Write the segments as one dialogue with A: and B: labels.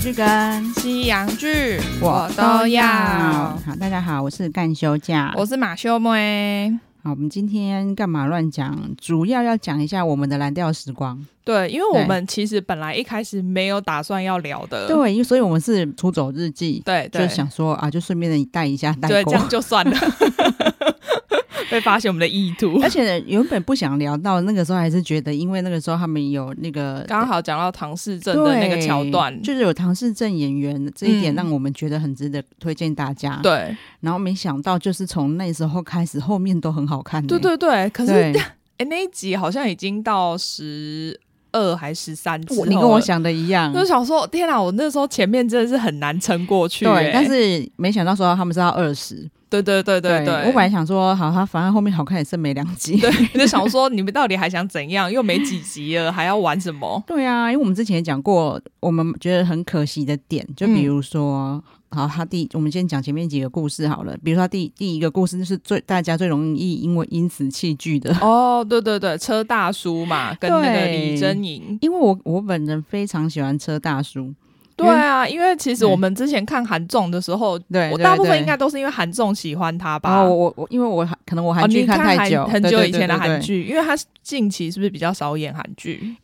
A: 剧跟
B: 西洋剧
A: 好，大家好，我是干休假。
B: 我是马修妹。
A: 好，我们今天干嘛乱讲？主要要讲一下我们的蓝调时光。
B: 对，因为
A: 对
B: 我们其实本来一开始没有打算要聊的，
A: 对，因为所以我们是出走日记，
B: 对
A: 就
B: 呃对，
A: 想说啊，就顺便的带一下带
B: 对，这
A: 过。
B: 样就算了，被发现我们的意 图
A: 而。且原本不想聊到那个时候，还是觉得因为那个时候他们有那个
B: 刚好讲到唐氏症的那个
A: 对
B: 桥段，
A: 就是有唐氏症演员这一点，
B: 嗯
A: 让我们觉得很值得推荐大家。，
B: 对
A: 然后没想到就是从那时候开始，后面都很好看、欸。
B: 对对对。可是
A: 对，
B: 哎，那一集好像已经到十二还十三之后
A: 我
B: 了，
A: 哦你跟我想的一样。
B: 就想说，天哪！啊我那时候前面真的是很难撑过去、
A: 对
B: 欸，
A: 但是没想到说他们是要二十。
B: 对对对对对，
A: 我本来想说，好，他反正后面好看也剩没两集。
B: 对， 我就想说你们到底还想怎样？又没几集了，还要玩 什 么？
A: 对啊，因为我们之前也讲过，我们觉得很可惜的点，就
B: 嗯
A: 比如说，好，他第我们先讲前面几个故事好了。比如说他第第一个故事就是最大家最容易因为因此弃剧的，
B: 哦，对对对，车大叔嘛，跟那个
A: 对
B: 李珍莹。
A: 因为我我本人非常喜欢车大叔，
B: 对啊，因为其实
A: 对
B: 我们之前看韩综的时候，
A: 对
B: 我
A: 对
B: 大部分
A: 对
B: 应该都是因为韩综喜欢他吧。
A: 哦，我我我，因为我可能我韩
B: 哦
A: 剧
B: 你看
A: 太久，
B: 韩很
A: 对
B: 久
A: 对
B: 以前的
A: 对对对
B: 韩剧，因为他近期是不是比较少演韩剧？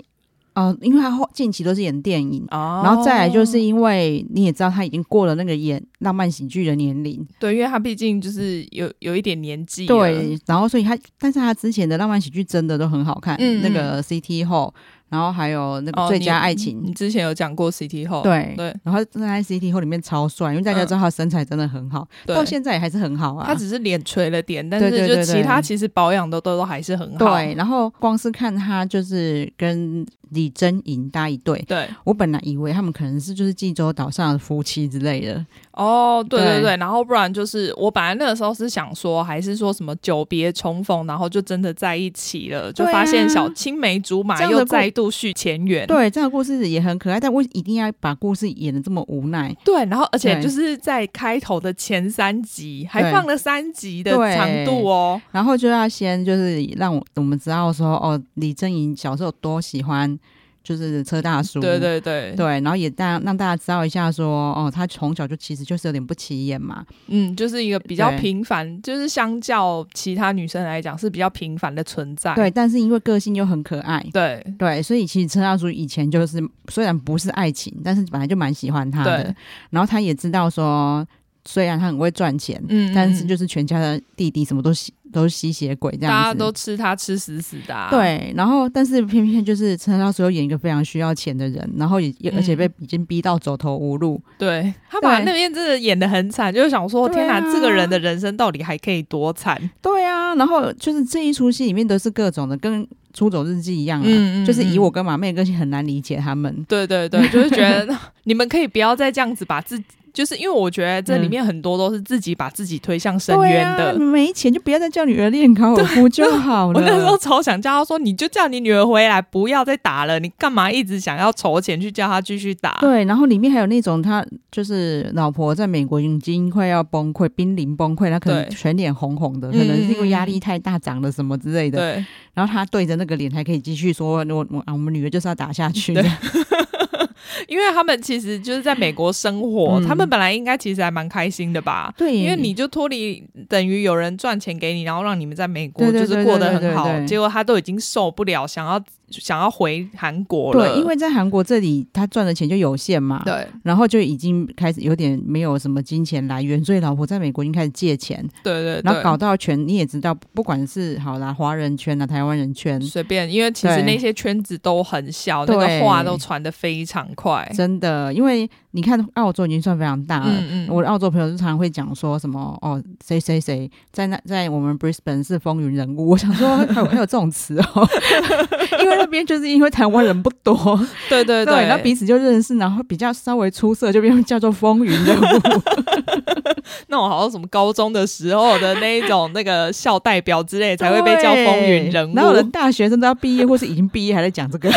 A: 哦，因为他后近期都是演电影。
B: 哦，
A: 然后再来就是因为你也知道他已经过了那个演浪漫喜剧的年龄，
B: 对，因为他毕竟就是有有一点年纪了，
A: 对，然后所以他，但是他之前的浪漫喜剧真的都很好看，
B: 嗯
A: 那个 CT 后，然后还有那
B: 哦
A: 个最佳
B: 你
A: 爱情，
B: 你之前有讲过 CT 后，
A: 对
B: 对嗯
A: 然后在 CT 后里面超帅，因为大家知道他身材真的很好，
B: 对，
A: 到现在也还是很好啊。
B: 他只是脸垂了点，但是
A: 对对
B: 就
A: 对
B: 其
A: 对
B: 他其实保养的都都还是很好。
A: 对，然后光是看他就是跟李珍莹搭一对，
B: 对
A: 我本来以为他们可能是就是济州岛上的夫妻之类的，
B: 哦，对对
A: 对
B: 对，然后不然就是我本来那个时候是想说，还是说什么久别重逢，然后就真的在一起了，就
A: 对啊
B: 发现小青梅竹马
A: 这样的
B: 又
A: 故
B: 再度续前缘。
A: 对，这样的故事也很可爱，但为一定要把故事演的这么无奈，
B: 对，然后而且
A: 对
B: 就是在开头的前三集还
A: 对
B: 放了三集的
A: 对
B: 长度哦。
A: 然后就要先就是让我我们知道说哦，李正莹小时候多喜欢就是车大叔，
B: 对对对，
A: 对，然后也大让大家知道一下说哦，他从小就其实就是有点不起眼嘛，
B: 嗯，就是一个比较
A: 对
B: 平凡，就是相较其他女生来讲是比较平凡的存在。
A: 对，但是因为个性又很可爱。
B: 对，
A: 对，所以其实车大叔以前就是虽然不是爱情，但是本来就蛮喜欢他
B: 对
A: 的。然后他也知道说，虽然他很会赚钱，
B: 嗯
A: 但是
B: 嗯
A: 就是全家的弟弟什么都吸都是吸血鬼这样子，
B: 大家都吃他吃死死的、啊。，
A: 对，然后但是偏偏就是陈大叔又演一个非常需要钱的人，然后也也
B: 嗯
A: 而且被已经逼到走投无路。
B: 对他把
A: 对
B: 那边真的演的很惨，就是想说，
A: 对
B: 天
A: 啊
B: 哪，这个人的人生到底还可以多惨？
A: 对啊，然后就是这一出戏里面都是各种的，跟《出走日记》一样啊，
B: 嗯嗯
A: 就是以
B: 嗯
A: 我跟马妹的个性很难理解他们。
B: 对对对， 就是觉得你们可以不要再这样子把自己，就是因为我觉得这里面很多都是自己把自己推向深
A: 嗯
B: 渊
A: 对啊
B: 的。
A: 你没钱就不要再叫女儿练高尔夫就好了。
B: 我那时候啊超想叫他说，你就叫你女儿回来，不要再打了。你干嘛一直想要筹钱去叫她继续打？
A: 对，然后里面还有那种他就是老婆在美国已经快要崩溃，濒临崩溃，她可能
B: 对嗯
A: 全脸红红的，可能是因为压力太大长了什么之类的。
B: 对
A: 然后他对着那个脸还可以继续说：“我我啊，我们女儿就是要打下去。
B: 对因为他们其实就是在美国生活，
A: 嗯
B: 他们本来应该其实还蛮开心的吧？
A: 对
B: 因为你就脱离，等于有人赚钱给你，然后让你们在美国
A: 对对
B: 就是过得很
A: 对对
B: 好
A: 对，对
B: 结果他都已经受不了，想要想要回韩国了。
A: 对，因为在韩国这里他赚的钱就有限嘛，，
B: 对
A: 然后就已经开始有点没有什么金钱来源，所以老婆在美国已经开始借钱，
B: 对对，
A: 然后
B: 对
A: 搞到全你也知道，不管是好啦华人圈啊、台湾人圈，
B: 随便，因为其实
A: 对
B: 那些圈子都很小，那个
A: 对
B: 话都传的非常快。
A: 真的，因为你看澳洲已经算非常大了。
B: 嗯嗯，
A: 我的澳洲朋友就常常会讲说什么哦，谁谁谁在那在我们 Brisbane 是风云人物。我想说还有还有这种词哦， 因为那边就是因为台湾人不多，
B: 对对
A: 对，然后彼此就认识，然后比较稍微出色，就变成叫做风云人物。
B: 那种好像什么高中的时候的那一种那个校代表之类， 才会被叫
A: 对
B: 风云人
A: 哪有人
B: 物。
A: 大学生都要毕业或是已经毕业还在讲 这个？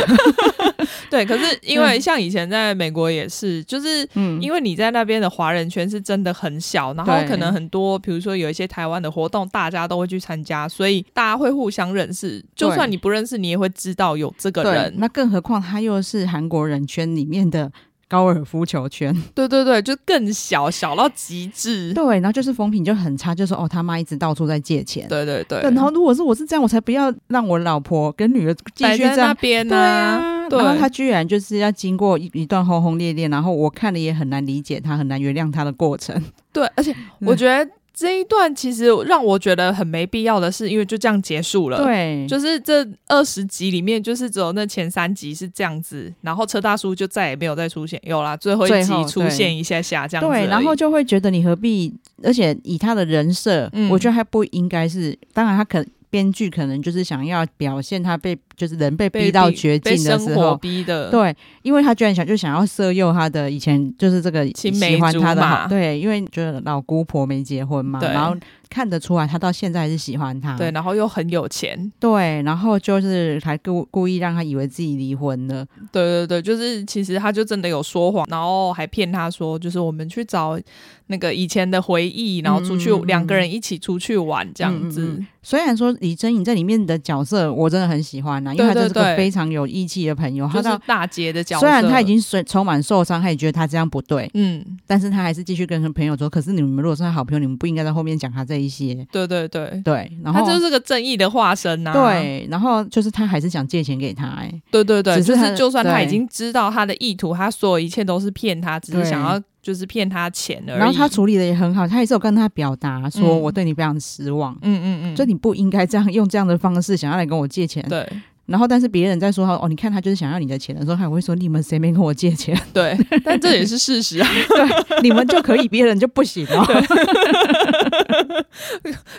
B: 对，可 是因为
A: 嗯
B: 像以前在美国也是，就是
A: 嗯，
B: 因为你在那边的华人圈是真的很小，然后
A: 对
B: 可能很多，比如说有一些台湾的活动，大家都会去参加，所以大家会互相认识。就算你不认识，你也会知道有这个
A: 对，
B: 人。
A: 那更何况他又是韩国人圈里面的。高尔夫球圈，
B: 对对对，就更小，小到极致。
A: 对，然后就是风评就很差，就说哦他妈一直到处在借钱。
B: 对对对，
A: 然后如果是我是这样，我才不要让我老婆跟女儿继
B: 摆
A: 续
B: 在
A: 这
B: 那
A: 样。
B: 边
A: 对
B: 呢、
A: 啊，
B: 对
A: 然后他居然就是要经过一一段轰轰烈烈，然后我看了也很难理解他，很难原谅他的过程。
B: 对，而且我觉得这一段其实让我觉得很没必要的是，因为就这样结束了。。
A: 对，
B: 就是这二十集里面，就是只有那前三集是这样子，然后车大叔就再也没有再出现，有啦，最后一
A: 最后
B: 集
A: 对
B: 出现一下下这样子而已。
A: 对，然后就会觉得你何必？而且以他的人设，
B: 嗯
A: 我觉得他不应该是。当然，他可编剧可能就是想要表现他被就是人被
B: 被
A: 逼到绝
B: 被
A: 境的
B: 生
A: 时
B: 活
A: 候，
B: 逼的，
A: 对，因为他居然想就想要色诱他的以前就是这个
B: 青
A: 喜
B: 梅
A: 欢他的
B: 竹马
A: 好，对，因为觉得老姑婆没结婚嘛，
B: 对
A: 然后看得出来他到现在还是喜欢他，
B: 对，然后又很有钱，
A: 对然后就是还故故意让他以为自己离婚了，
B: 对对对，就是其实他就真的有说谎，然后还骗他说，就是我们去找那个以前的回忆，然后出去、
A: 嗯嗯嗯
B: 两个人一起出去玩这样子。
A: 嗯嗯虽然说李珍颖在里面的角色我真的很喜欢呐、啊因为她
B: 对
A: 就是
B: 对
A: 个
B: 对
A: 非常有义气的朋友，
B: 就
A: 她
B: 是
A: 到
B: 大姐的角
A: 嗯
B: 色。
A: 虽然他已，经水充满受伤，他也觉得他这样不对，
B: 嗯，
A: 但是他还是继续跟朋友说：“可是你们如果是他好朋友，你们不应该在后面讲他这一些。
B: 对对”对，
A: 对，然
B: 他
A: 后
B: 就是个正义的化身啊呐、，
A: 对，然后就是他还是想借钱给他、哎，
B: 对对对，
A: 只是
B: 就
A: 他
B: 是就算他
A: 对
B: 已经知道他的意图，他所有一切都是骗他，只是
A: 对
B: 想要就是骗他钱而已。
A: 然后他处理的也很好，他也是有跟他表达说：“
B: 嗯
A: 我对你非常失望。
B: 嗯嗯嗯，
A: 就你不应该这样用这样的方式想要来跟我借钱，
B: 对
A: 然后但是别人在说他哦，你看他就是想要你的钱的时候，他还会说你们谁没跟我借钱，
B: 对，但这也是事实啊。
A: 你们就可以，别人就不行哦。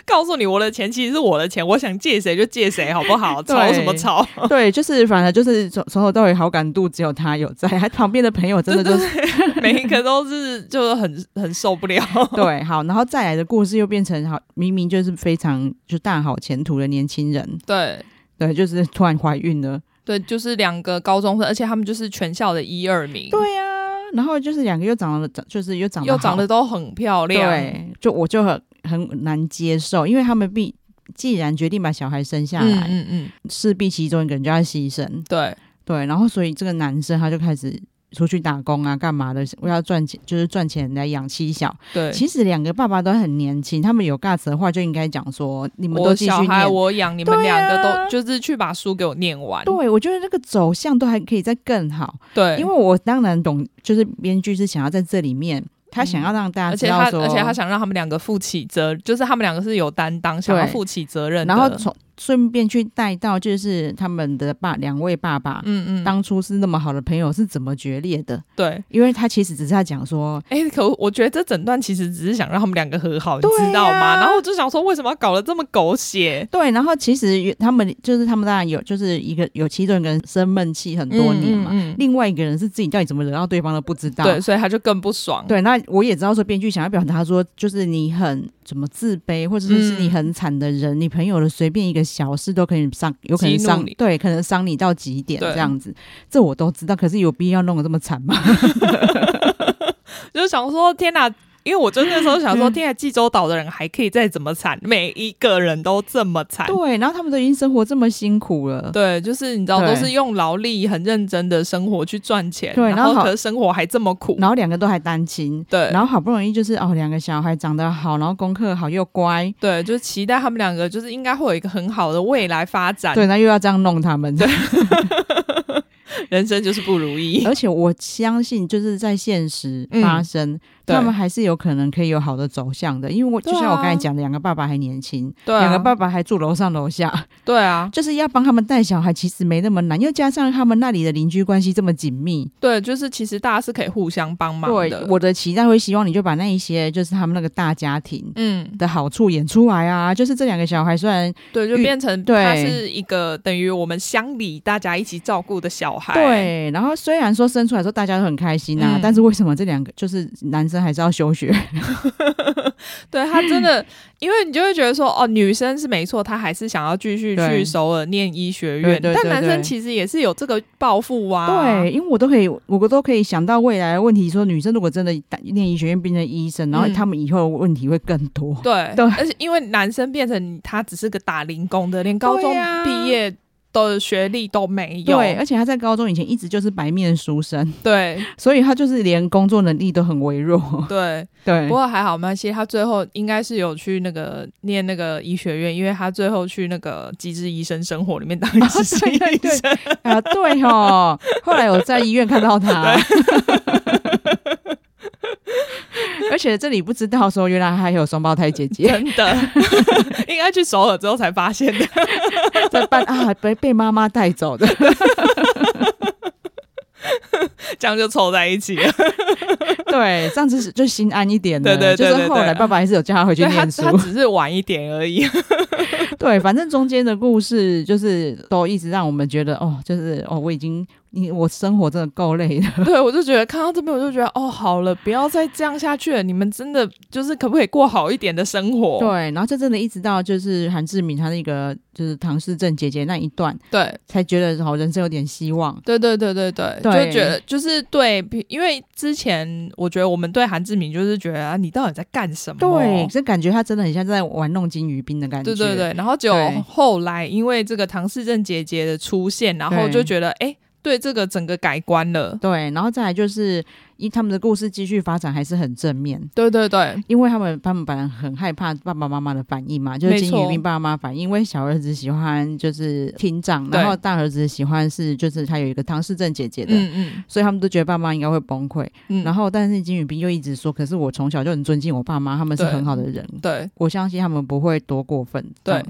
B: 告诉你，我的钱其实是我的钱，我想借谁就借谁，好不好？
A: 对
B: 吵什么 吵？
A: 对，就是反而就是从从头到尾好感度只有他有在，他旁边的朋友真的就是
B: 每一个都是就是很很受不了。
A: 对，好，然后再来的故事又变成好，明明就是非常就大好前途的年轻人，
B: 对
A: 对，就是突然怀孕了，
B: 对，就是两个高中生，而且他们就是全校的一二名，
A: 对呀、然后就是两个又长得长，就是又长得
B: 又长
A: 好
B: 得都很漂亮。
A: 对，就我就很很难接受，因为他们必既然决定把小孩生下
B: 嗯
A: 来，
B: 嗯嗯，
A: 势必其中一个人就要牺牲，
B: 对
A: 对，然后所以这个男生他就开始。出去打工啊，干嘛的？为要赚钱，就是赚钱来养妻小。
B: 对。
A: 其实两个爸爸都很年轻，他们有 guts 的话就应该讲说，你们都
B: 我
A: 继续
B: 小孩
A: 念
B: 我养，你们
A: 对
B: 两
A: 啊
B: 个都、就是去把书给我念完。
A: 对，我觉得那个走向都还可以再更好，
B: 对，
A: 因为我当然懂，就是编剧是想要在这里面，他
B: 嗯
A: 想要让大家
B: 而
A: 知
B: 且
A: 道
B: 他
A: 说，
B: 而且他想让他们两个负起责，就是他们两个是有担当，想要
A: 对
B: 负起责任的。
A: 然后从顺便去带到就是他们的爸两位爸爸。
B: 嗯嗯，
A: 当初是那么好的朋友是怎么决裂的？
B: 对，
A: 因为他其实只是在讲说，
B: 哎、可我觉得这整段其实只是想让他们两个和好，你
A: 对
B: 知道吗？
A: 啊
B: 然后我就想说，为什么要搞得这么狗血？
A: 对，然后其实他们就是他们当然有，就是一个有其中一个人生闷气很多年嘛，
B: 嗯嗯嗯
A: 另外一个人是自己到底怎么惹到对方的不知道，
B: 对，所以他就更不爽。
A: 对，那我也知道说编剧想要表达说，就是你很怎么自卑，或者是是你很惨的人，你朋友的随便一个小事都可以伤，有可能
B: 激怒
A: 伤
B: 你，
A: 对，可能伤你到极点
B: 对
A: 这样子，这我都知道。可是有必要弄得这么惨吗？
B: 就想说，天哪！因为我就那时候想说，
A: 嗯
B: 天啊哪，济州岛的人还可以再怎么惨，每一个人都这么 惨。
A: 对，然后他们都已经生活这么辛苦了，
B: 对，就是你知道，
A: 对
B: 都是用劳力很认真的生活去赚钱，
A: 对
B: 然
A: 然后
B: 后
A: 好
B: 可是生活还这么苦。
A: 然后两个都还单亲，
B: 对，
A: 然后好不容易就是哦，两个小孩长得好，然后功课好又乖，
B: 对，就期待他们两个就是应该会有一个很好的未来发展。
A: 对，，那又要这样弄他们，对。
B: 人生就是不如意。
A: 而且我相信，就是在现实
B: 嗯
A: 发生，
B: 对
A: 他们还是有可能可以有好的走向的。因为我就
B: 对啊
A: 像我刚才讲的，两个爸爸还年轻，
B: 对、啊，
A: 两个爸爸还住楼上楼下，
B: 对啊，
A: 就是要帮他们带小孩，其实没那么难。又加上他们那里的邻居关系这么紧密，
B: 对，就是其实大家是可以互相帮忙
A: 对
B: 的。
A: 我的期待会希望你就把那一些就是他们那个大家庭。
B: 嗯，
A: 的好处演出来啊，就是这两个小孩虽然
B: 对，就
A: 遇
B: 变成
A: 对
B: 他是一个等于我们乡里大家一起照顾的小孩。，
A: 对，然后虽然说生出来之后大家都很开心啊，
B: 嗯
A: 但是为什么这两个就是男生还是要休学？
B: 对他真的，因为你就会觉得说，哦，女生是没错，她还是想要继续去
A: 对
B: 首尔念医学院，
A: 对对对
B: 但男
A: 对
B: 生其实也是有这个抱负啊。
A: 对，。因为我都可以，我都可以想到未来的问题。说女生如果真的念医学院变成医生，然后
B: 嗯
A: 他们以后的问题会更多。
B: 对，
A: 对
B: 而且因为男生变成他只是个打零工的，连高中
A: 对啊
B: 毕业的学历都没有，
A: 对，而且他在高中以前一直就是白面书生，
B: 对
A: 所以他就是连工作能力都很微弱。
B: 对
A: 对
B: 不，过还好，没关系。他最后应该是有去那个念那个医学院，因为他最后去那个《机智医生生活》里面当一只蜥
A: 对哦对
B: 蜴医
A: 对
B: 生。
A: 啊，对哦，后来我在医院看到 他。而且这里不知道说，原来他还有双胞胎姐 姐
B: 真的， 应该去首尔之后才发现的。
A: 在办啊，被被妈妈带走的。
B: 这样就凑在一起了。
A: 对，这样子是就心安一点了。
B: 对对对
A: 就是后来
B: 对对
A: 爸爸还是有叫他 回去
B: 对他
A: 念书
B: 他。 只是晚一点而已。
A: 对，反正中间的故事就是都一直让我们觉得哦，就是哦，我已经你我生活真的够累了。
B: 对，我就觉得看到这边，我就觉得哦，好了，不要再这样下去了。你们真的就是可不可以过好一点的生活？
A: 对，然后这真的一直到就是韩志敏他那个就是唐氏症姐姐那一段，
B: 对
A: 才觉得哦好人生有点希望。
B: 对对对对对，
A: 对
B: 就觉得就是对，比因为之前我觉得我们对韩志明就是觉得啊，你到底在干什么？哦
A: 对，这哦感觉他真的很像在玩弄金鱼兵的感觉。
B: 对对对，然后就
A: 对
B: 后来因为这个唐氏症姐姐的出现，然后
A: 对
B: 就觉得哎，对这个整个改观了。
A: 对，然后再来就是，因他们的故事继续发展还是很正面，
B: 对对对
A: 因为他们他们本来很害怕爸爸妈妈的反应嘛，就是
B: 没
A: 金
B: 错
A: 鱼兵爸妈反应，因为小儿子喜欢就是厅长，
B: 对
A: 然后大儿子喜欢是就是他有一个唐氏症姐姐的。
B: 嗯嗯
A: 所以他们都觉得爸妈应该会崩溃，
B: 嗯，
A: 然
B: 后
A: 后但是金宇彬又一直说，可是我从小就很尊敬我爸妈，他们是
B: 对
A: 很好的人，
B: 对
A: 我相信他们不会多过分。
B: 对
A: 这样，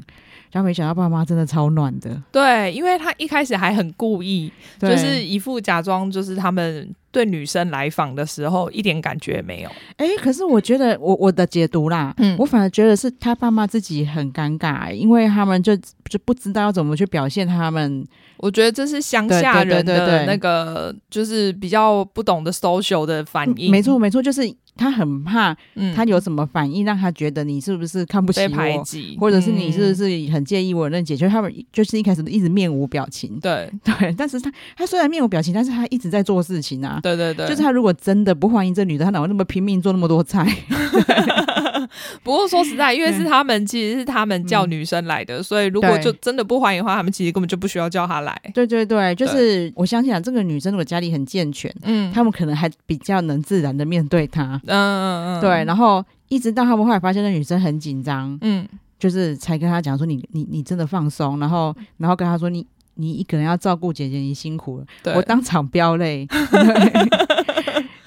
A: 然后没想到爸妈真的超暖的，
B: 对，因为他一开始还很故意，
A: 对
B: 就是一副假装就是他们对女生来访的时候一点感觉也没有。
A: 哎、可是我觉得我我的解读啦，
B: 嗯
A: 我反而觉得是他爸妈自己很尴尬、因为他们就就不知道要怎么去表现他们，
B: 我觉得这是乡下人
A: 对对对对对
B: 的那个，就是比较不懂得 social 的反应。
A: 嗯没错，没错，就是他很怕
B: 嗯
A: 他有什么反应，让他觉得你是不是看不起
B: 被排
A: 我，
B: 挤，
A: 或者是你是不
B: 嗯
A: 是很介意我的认解，就是他们就是一开始一直面无表情，
B: 对
A: 对，但是他他虽然面无表情，但是他一直在做事情啊。
B: 对对对，
A: 就是他如果真的不欢迎这女的，他哪会那么拼命做那么多 菜？
B: 不过说实在，因为是他们，其实是他们叫女生来的，所以如果
A: 嗯对
B: 就真的不欢迎的话，他们其实根本就不需要叫她来。
A: 对对对，就是我相信啊，这个女生如果家里很健全，
B: 嗯，
A: 他们可能还比较能自然的面对她。
B: 嗯嗯嗯，
A: 对，，然后一直到他们后来发现那女生很紧张，
B: 嗯，
A: 就是才跟她讲说你你你真的放松，然后
B: 嗯
A: 然后跟她说你你一个人要照顾姐姐，你辛苦了，
B: 对，
A: 我当场飙 泪。 对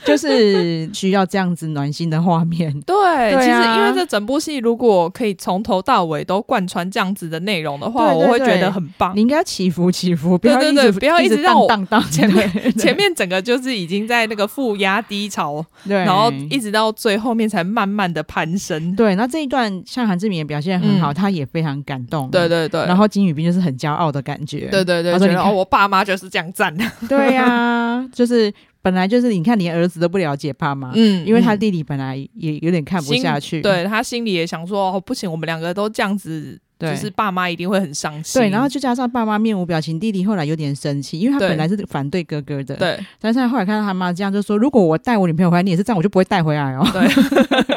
A: 就是需要这样子暖心的画面，
B: 对，
A: 对啊
B: 其实因为这整部戏如果可以从头到尾都贯穿这样子的内容的话，
A: 对对
B: 我会觉
A: 对
B: 得很棒
A: 你。应该要起伏起伏，不要
B: 对
A: 一
B: 对
A: 直
B: 对不要
A: 一
B: 一直让我
A: 荡荡荡
B: 前面
A: 对对
B: 前面整个就是已经在那个负压低潮，
A: 对，
B: 然后一直到最后面才慢慢的攀升。
A: 对，那这一段像韩志明也表现得很好，
B: 嗯
A: 他也非常感动，啊
B: 对对对，
A: 然后金宇彬就是很骄傲的感觉，
B: 对对对，
A: 他说
B: 觉
A: 你
B: 得
A: 看
B: 哦，我爸妈就是这样 赞的。
A: 对呀、就是本来就是你看，连儿子都不了解爸妈，
B: 嗯
A: 因为他
B: 嗯
A: 弟弟本来也有点看不
B: 心
A: 下去，
B: 对他心里也想说，哦，不行，我们两个都这样子，
A: 对
B: 就是爸妈一定会很伤心。
A: 对，然后就加上爸妈面无表情，弟弟后来有点生气，因为他
B: 对
A: 本来是反对哥哥的，，
B: 对
A: 但是他后来看到他妈这样，就说如果我带我女朋友回来，你也是这样，我就不会带回来哦。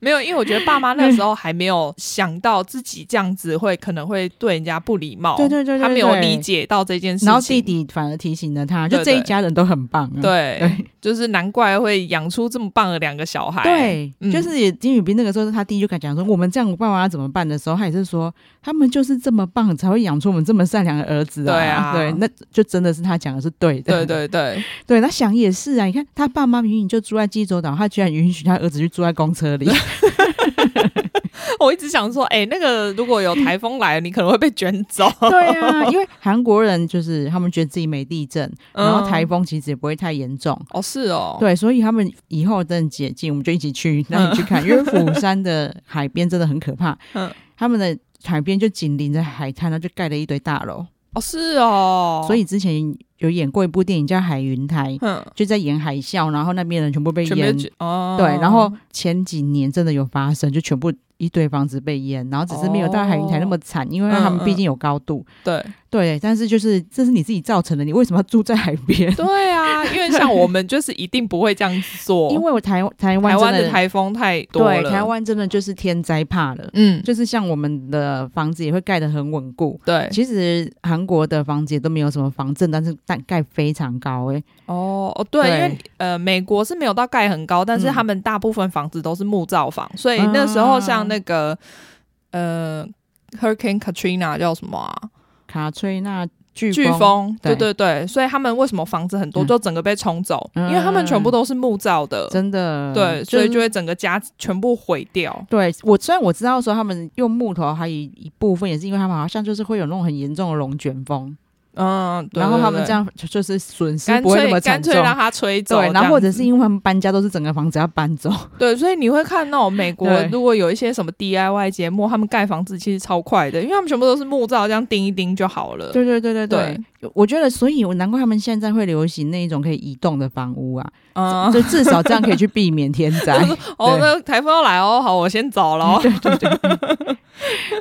B: 没有，因为我觉得爸妈那时候还没有想到自己这样子会可能会对人家不礼貌，
A: 对对对对
B: 他没有
A: 对
B: 理解到这件事情。
A: 然后弟弟反而提醒了他，就
B: 对
A: 这一
B: 对
A: 家人都很棒、啊，
B: 对，
A: 对
B: 就是难怪会养出这么棒的两个小孩。
A: 对，
B: 嗯
A: 就是也金宇彬那个时候，他弟就敢讲说，我们这样爸妈怎么办的时候，他也是说，他们就是这么棒，才会养出我们这么善良的儿子、
B: 对
A: 啊，
B: 啊
A: 对，那就真的是他讲的是对的，
B: 对对对，
A: 对。他想也是啊，你看他爸妈明明就住在济州岛，他居然允许他儿子去住在公车里，
B: 我一直想说，哎、那个如果有台风来，你可能会被卷走。
A: 对啊，因为韩国人就是他们觉得自己没地震，
B: 嗯
A: 然后台风其实也不会太严重。
B: 哦，是哦，嗯
A: 对，所以他们以后等解禁，我们就一起去那里去看，因为釜山的海边真的很可怕。
B: 嗯
A: 他们的海边就紧邻着海滩，然后就盖了一堆大楼。
B: 哦是哦，
A: 所以之前有演过一部电影叫《海云台》，
B: 嗯，
A: 就在演海啸，然后那边人全部被
B: 全部
A: 淹。
B: 卷哦，
A: 对，然后前几年真的有发生，就全
B: 嗯
A: 部一堆房子被淹，然后只是没有到海云台那么惨，因为他们毕竟有高度。
B: 对
A: 对，但是就是这是你自己造成的，你为什么要住在海 边？
B: 对啊，因为像我们就是一定不会这样子 做，
A: 因为我台台湾
B: 台湾
A: 真
B: 的台风太多了，
A: 对台湾真的就是天灾怕了，
B: 嗯，
A: 就是像我们的房子也会盖得很稳固。
B: 对
A: 其实韩国的房子也都没有什么防震，但是但盖非常高哎、
B: 哦哦对，
A: 对
B: 因为呃美国是没有到盖很高，但是
A: 嗯
B: 他们大部分房子都是木造房，所以那时候
A: 啊
B: 像那个、呃 Hurricane Katrina 叫什么啊？
A: 卡崔娜飓
B: 飓风，对
A: 对
B: 对对，所以他们为什么房子很多
A: 嗯
B: 就整个被冲走？
A: 嗯
B: 因为他们全部都是木造的，
A: 真的
B: 对，所以
A: 是
B: 就会整个家全部毁掉。
A: 对我虽然我知道说他们用木头，还有一一部分也是因为他们好像就是会有那种很严重的龙卷风，
B: 嗯，对
A: 然后他们
B: 对
A: 这样就就是损失
B: 干
A: 不会那
B: 脆
A: 么
B: 干
A: 惨重
B: 脆。让它吹走，
A: 对，然后或者是
B: 为
A: 因为他们搬家都是整个房子要搬走，
B: 对，所以你会看那种美国
A: 对
B: 如果有一些什么 DIY 节目，他们盖房子其实超快的，因为他们全部都是木造，这样钉一钉就好了。
A: 对对对对对，我觉得所以我难怪他们现在会流行那一种可以移动的房屋啊，
B: 嗯，
A: 就至少这样可以去避免天灾。
B: 哦，那台风要来哦，好，我先走了
A: 嗯
B: 哦。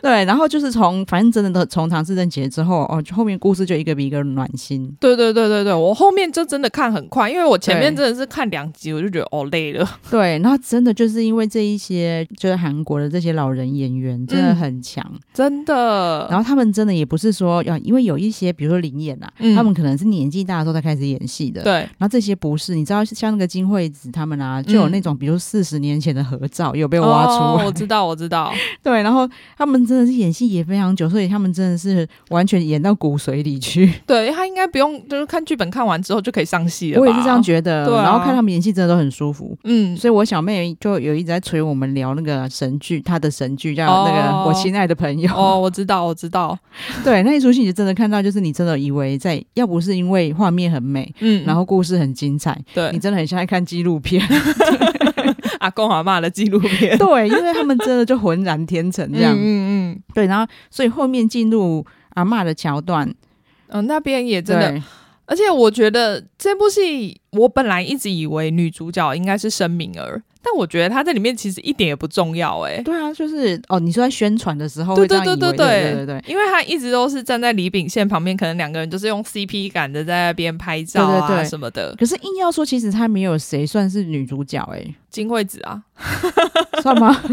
A: 对， 然后就是从反正真的都从唐氏症节之后，哦，就后面故事就一个比一个暖 心。
B: 对对对对对，我后面就真的看很快，因为我前面
A: 对
B: 真的是看两集我就觉得哦累了。
A: 对，然后真的就是因为这一些就是韩国的这些老人演员真的
B: 嗯呃
A: 很强，
B: 真的，
A: 然后他们真的也不是说要，因为有一些比如说灵演啊，
B: 嗯
A: 他们可能是年纪大的时候才开始演戏的。。
B: 对，
A: 然后这些不是，你知道像那个金惠子他们
B: 嗯
A: 啊，就有那种比如四十年前的合照有被挖出
B: 哦
A: 来，
B: 我知道，我知道，
A: 对，然后他们真的是演戏也非常久，所以他们真的是完全演到骨髓里去。
B: 对他应该不用，就是看剧本看完之后就可以上戏了。
A: 我也是这样觉得，
B: 对啊
A: 然后看他们演戏真的都很舒服。
B: 得。嗯，
A: 所以我小妹就有一直在催我们聊那个神剧，她的神剧叫那个
B: 哦
A: 《我亲爱的朋友》
B: 哦，我知道，我知道，
A: 对，那一出戏你真的看到，就是你真的以为在，要不是因为画面很美，
B: 嗯，
A: 然后故事很精彩，
B: 对
A: 你真的很像在看纪录片。
B: 阿公阿妈的纪录片，
A: 对，因为他们真的就浑然天成这样。
B: 嗯嗯
A: 对，然后所以后面进入阿嬷的桥段，
B: 嗯，嗯，那边也真的，
A: 对，
B: 而且我觉得这部戏，我本来一直以为女主角应该是申敏儿，但我觉得她在里面其实一点也不重要、欸，
A: 对啊，就是哦，你说在宣传的时候
B: 对
A: 会这样以
B: 对
A: 为，
B: 对
A: 对
B: 对
A: 对对对。
B: 因为她一直都是站在李秉宪旁边，可能两个人就是用 CP 感的在那边拍照啊
A: 对对对
B: 什么的，
A: 可是硬要说，其实她没有谁算是女主角、欸，
B: 金惠子啊，
A: 算吗？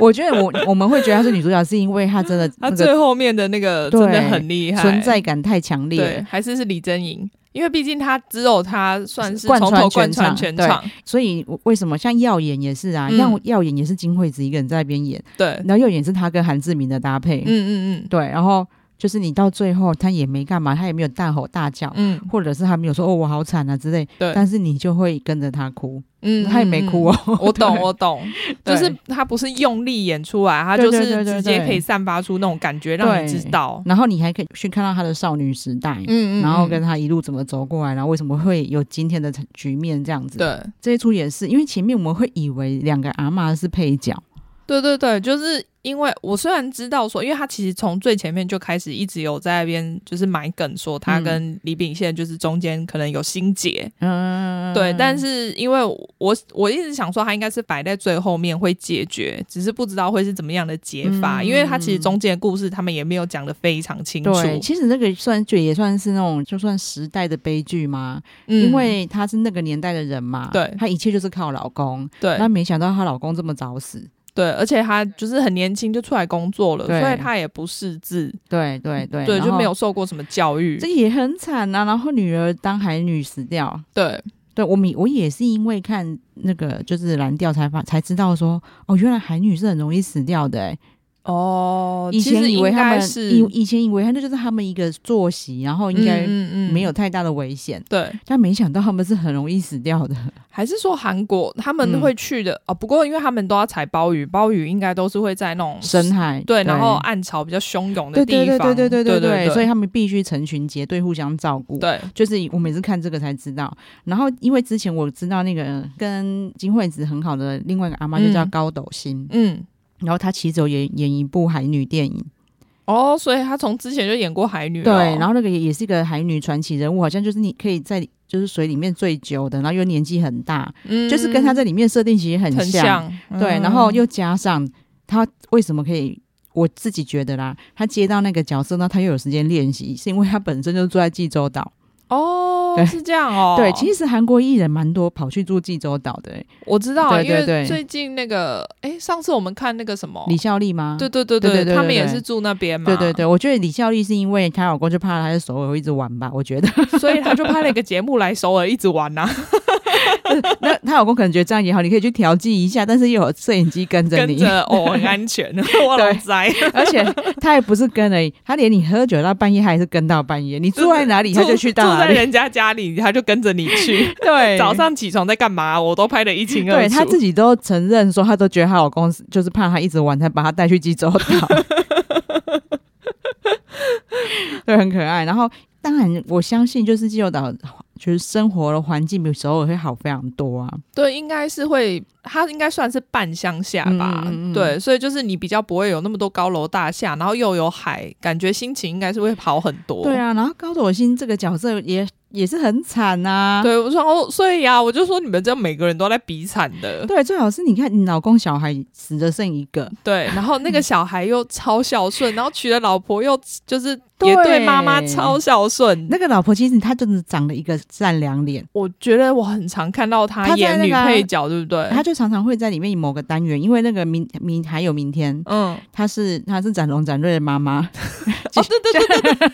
A: 我觉得我我们会觉得她是女主角，是因为她真的
B: 她
A: 那
B: 最
A: 个
B: 后面的那个真的很厉害，
A: 存在感太强烈
B: 对，
A: 了，
B: 还是是李珍莹。因为毕竟她只有她算是
A: 贯
B: 从
A: 穿
B: 头贯穿
A: 全
B: 全
A: 场
B: 场，
A: 所以我为什么像耀眼也是啊，
B: 嗯
A: 耀、耀眼也是金惠子一个人在那边演，
B: 对，
A: 然后耀眼是她跟韩志明的搭配，
B: 嗯嗯
A: 对，然后就是你到最后她也没干嘛，她也没有大吼大叫。
B: 嗯嗯，
A: 或者是她没有说哦，我好惨啊之类，
B: 对，
A: 但是你就会跟着她哭，
B: 嗯，
A: 她也没
B: 哦。
A: 哭哦。
B: 我 懂，
A: 对
B: 我懂，就
A: 对
B: 是他不是用力演出来，他
A: 对
B: 就
A: 对
B: 是
A: 对对
B: 直接
A: 对
B: 可以散发出那种感觉，让你
A: 对
B: 知道。
A: 然后你还可以去看到她的少女时代，
B: 嗯
A: 然后跟她一路怎么走过来，然后为什么会有今天的局面这样子。，
B: 对
A: 这一出也是，因为前面我们会以为两个阿嬷是配角，
B: 对对对，就是因为我虽然知道说，因为他其实从最前面就开始一直有在那边就是埋梗说他
A: 嗯
B: 跟李秉宪就是中间可能有心结，
A: 嗯，
B: 对，但是因为我我一直想说他应该是摆在最后面会解决，只是不知道会是怎么样的解法，
A: 嗯
B: 因为他其实中间的故事他们也没有讲的非常清楚，
A: 对，其实那个算就也算是那种就算时代的悲剧嘛，
B: 嗯
A: 因为她是那个年代的人嘛，
B: 对
A: 她一切就是靠老公，
B: 对
A: 那没想到她老公这么早死，
B: 对，而且她就是很年轻就出来工作了，
A: 对
B: 所以她也不识字，
A: 对对对，
B: 对，
A: 然后
B: 就没有受过什么教育
A: 这，也很惨啊，然后女儿当海女死掉，
B: 对，
A: 对我们我也是因为看那个就是蓝调才发才知道说哦，原来海女是很容易死掉的、欸。
B: 哦，
A: 以前以为他们
B: 是
A: 以以前以为他那就是他们一个作息，然后应该
B: 嗯
A: 没有太大的危险，
B: 对，
A: 但没想到他们是很容易死掉的。
B: 还是说韩国他
A: 嗯
B: 们会去的、哦，不过因为他们都要采鲍鱼，鲍鱼应该都是会在那种
A: 深海
B: 对，然后暗潮比较汹涌的
A: 对
B: 地
A: 对对
B: 方，
A: 对对对
B: 对
A: 对
B: 对，
A: 所以他们必须成群结队互相照顾。。
B: 对
A: 就是我每次看这个才知道，然后因为之前我知道那个跟金惠子很好的另外一个阿妈就叫
B: 嗯
A: 高斗心，
B: 嗯。
A: 然后她其实有演演一部海女电影，
B: 哦，所以他从之前就演过海女了、哦
A: 对，然后那个也也是一个海女传奇人物，好像就是你可以在就是水里面最久的，然后又年纪很大，
B: 嗯
A: 就是跟她在里面设定其实很
B: 很
A: 像，
B: 像，
A: 对，
B: 嗯
A: 然后又加上她为什么可以我自己觉得啦，他接到那个角色呢，他又有时间练习，是因为他本身就住在济州岛。
B: 哦
A: 对，
B: 是这样哦。
A: 对，其实韩国艺人蛮多跑去住济州岛的、欸
B: 我知道，
A: 对对
B: 因为
A: 对
B: 最近那个，哎，上次我们看那个什么，
A: 李孝利吗？
B: 对对对
A: 对对对
B: 他们
A: 对
B: 也
A: 对
B: 是住那边嘛，
A: 对对对，我觉得李孝利是因为她老公就怕她在首尔会一直玩吧，我觉得。
B: 对，所以他就拍了一个节目来首尔一直玩呐、啊
A: 那她老公可能觉得这样也好，你可以去调剂一下，但是又有摄影机跟着
B: 跟
A: 你，
B: 着哦很安全， 我老宅，
A: 而且她还不是跟而已，她连你喝酒到半夜，她还是跟到半夜。你住在哪里，她就去到
B: 住
A: 哪
B: 在
A: 里。
B: 人家家里，他就跟着你去。
A: 对，
B: 早上起床在干嘛，我都拍得一清二楚。
A: 对她自己都承认说，她都觉得她老公是就是怕她一直玩，才把她带去济州 岛。对，很可爱。然后，当然我相信，就是济州岛就是生活的环境比首尔会好非常多啊。
B: 对，应该是会，它应该算是半乡下吧。
A: 嗯嗯嗯嗯
B: 对，所以就是你比较不会有那么多高楼大厦，然后又有海，感觉心情应该是会好很多。
A: 对啊，然后高斗星这个角色也也是很惨啊。
B: 对，我说哦，所以啊，我就说你们这每个人都在比惨的。
A: 对，最好是你看你老公小孩死的剩一个，
B: 对，然后那个小孩又超孝顺，然后娶了老婆又就是也对妈妈
A: 对
B: 超孝顺。
A: 那个老婆其实她真的长了一个善良脸，
B: 我觉得我很常看到他
A: 他在
B: 演
A: 那
B: 女
A: 个啊
B: 配角，对不对？
A: 她就常常会在里面某个单元，因为那个明明还有明天，
B: 嗯，
A: 她是她是展龙展瑞的妈妈，
B: 哦， 对对对对对。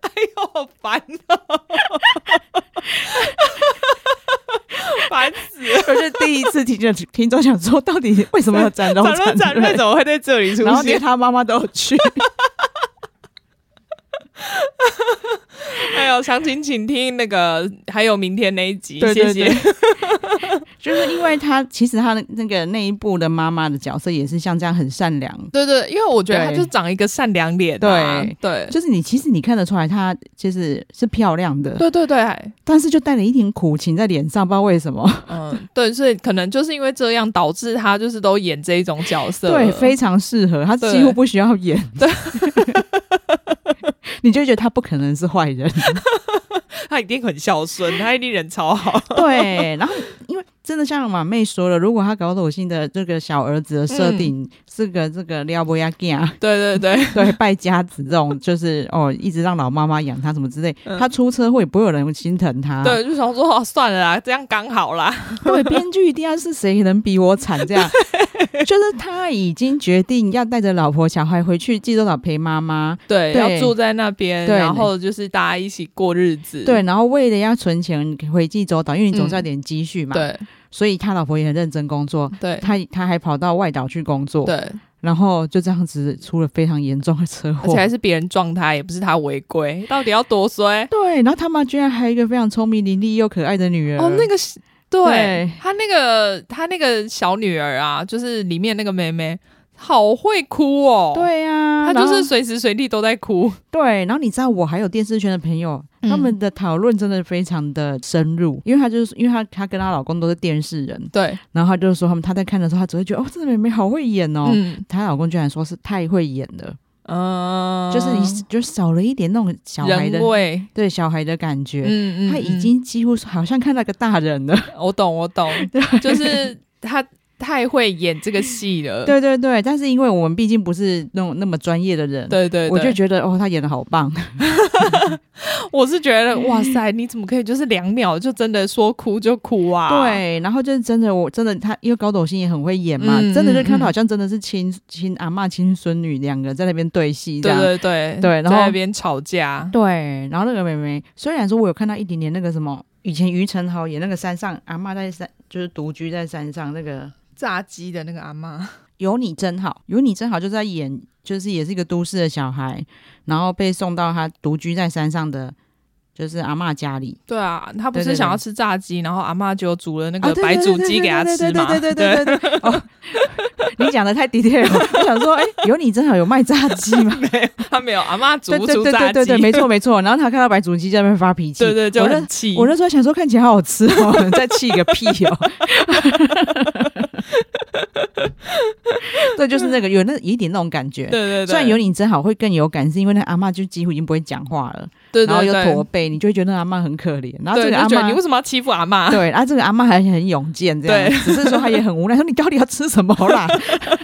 B: 哎呦，好烦哦！ 烦死了！
A: 我是第一次听着听众想说，到底为什么要展龙
B: 展瑞展瑞怎么会在这里出
A: 然后连
B: 现？
A: 她妈妈都有去，
B: 哎呦，详情请听那个，还有明天那一集，
A: 对对
B: 谢
A: 对
B: 谢。
A: 就是因为她其实她的那个那一部的妈妈的角色也是像这样很善良，
B: 对对，因为我觉得他
A: 对
B: 就长一个善良脸啊、
A: 对
B: 对
A: 就是你其实你看得出来她就是是漂亮的，
B: 对对对，
A: 但是就带了一点苦情在脸上，不知道为什 么。
B: 嗯，对，所以可能就是因为这样，导致他就是都演这一种角色，
A: 对，非常适合，他
B: 对
A: 几乎不需要演。对， 你就觉得他不可能是坏 人。
B: 他一定很孝顺，他一定人超好。
A: 对，然后因为真的像马妹说了，如果他搞抖心的这个小儿子的设定、
B: 嗯
A: 是个这个撩拨亚吉 啊，
B: 对对对，
A: 对败家子这种，就是哦一直让老妈妈养他什么之类，
B: 嗯
A: 他出车祸也不会有人心疼他。
B: 对，就想说、哦、算了啦，这样刚好啦。
A: 对，编剧一定要是谁能比我惨这样。就是他已经决定要带着老婆小孩回去济州岛陪妈妈，
B: 对，
A: 对
B: 要住在那边，
A: 对
B: 然后就是大家一起过日子。
A: 对，然后为了要存钱回济州岛，因为你总是要
B: 嗯
A: 点积蓄嘛，
B: 对
A: 所以他老婆也很认真工作，
B: 对
A: 他他还跑到外岛去工作，
B: 对，
A: 然后就这样子出了非常严重的车
B: 而且
A: 祸。
B: 还是别人撞他，也不是他违规，到底要多衰？
A: 对，然后他妈居然还有一个非常聪明、伶俐又可爱的女儿。
B: 哦，那个是对
A: 对
B: 他那个他那个小女儿啊，就是里面那个妹妹，好会哭哦。。
A: 对呀、
B: 她
A: 啊，
B: 就
A: 然后
B: 是随时随地都在哭，
A: 对，然后你知道我还有电视圈的朋友，他
B: 嗯
A: 们的讨论真的非常的深入，因为她就是因为她她跟她老公都是电视人，
B: 对，
A: 然后她就说他们她在看的时候，她只会觉得哦，这个妹妹好会演哦，
B: 嗯
A: 她老公居然说是太会演了。
B: 嗯，
A: 就是你就少了一点那种小孩的
B: 人味，
A: 对小孩的感觉，
B: 嗯嗯，
A: 他已
B: 嗯
A: 经几乎是好像看到个大人了。
B: 我懂，我懂，就是他太会演这个戏了。
A: 对对对，但是因为我们毕竟不是那种那么专业的人，
B: 对对，
A: 我
B: 对
A: 就觉得哦，他演的好棒。
B: 我是觉得，哇塞，你怎么可以就是两秒就真的说哭就哭啊？，
A: 对，然后就是真的，我真的他因为高斗星也很会演嘛，
B: 嗯
A: 真的就看
B: 嗯嗯
A: 到好像真的是亲亲阿嬷亲孙女两个在那边对戏这
B: 对
A: 样。
B: 对对
A: 对然后
B: 在那边吵架，
A: 对，然后那个妹妹，虽然说我有看到一点点那个什么，以前于承豪演那个山上阿嬷在山，就是独居在山上那个
B: 炸鸡的那个阿妈，
A: 有你真好，有你真好，就在演，就是也是一个都市的小孩，然后被送到他独居在山上的，就是阿嬷家里。
B: 对啊，他不
A: 对
B: 是
A: 对对
B: 想要吃炸鸡，然后阿妈就煮了那
A: 啊
B: 个
A: 对
B: 白
A: 对
B: 煮
A: 对
B: 鸡
A: 对
B: 给他
A: 对
B: 吃嘛，
A: 对对 对对对对。哦， 你讲的太 detail，了我想说，哎，有你真好有卖炸鸡吗？
B: 他没有阿妈煮
A: 对
B: 不
A: 对
B: 出
A: 对
B: 炸
A: 对
B: 鸡，
A: 对对，没错没错。然后他看到白煮鸡在那边发脾气，
B: 对对，就
A: 我那
B: 很气，
A: 我那时候想说看起来好好吃 哦，再气个屁哦！ 对，就是那个有那有一点那种感觉。
B: 对对对，
A: 虽然有你真好会更有感，是因为那阿嬷就几乎已经不会讲话了，
B: 对，对
A: 然后又
B: 对
A: 驼背，你就会觉得那阿嬷很可怜。然后这个
B: 对，就
A: 阿
B: 觉得你为
A: 嬷
B: 什么要欺负 阿妈？
A: 对，啊然后这个阿嬷还很勇健，这样，
B: 啊对
A: 只是说她也很无奈，说你到底要吃什么 啦？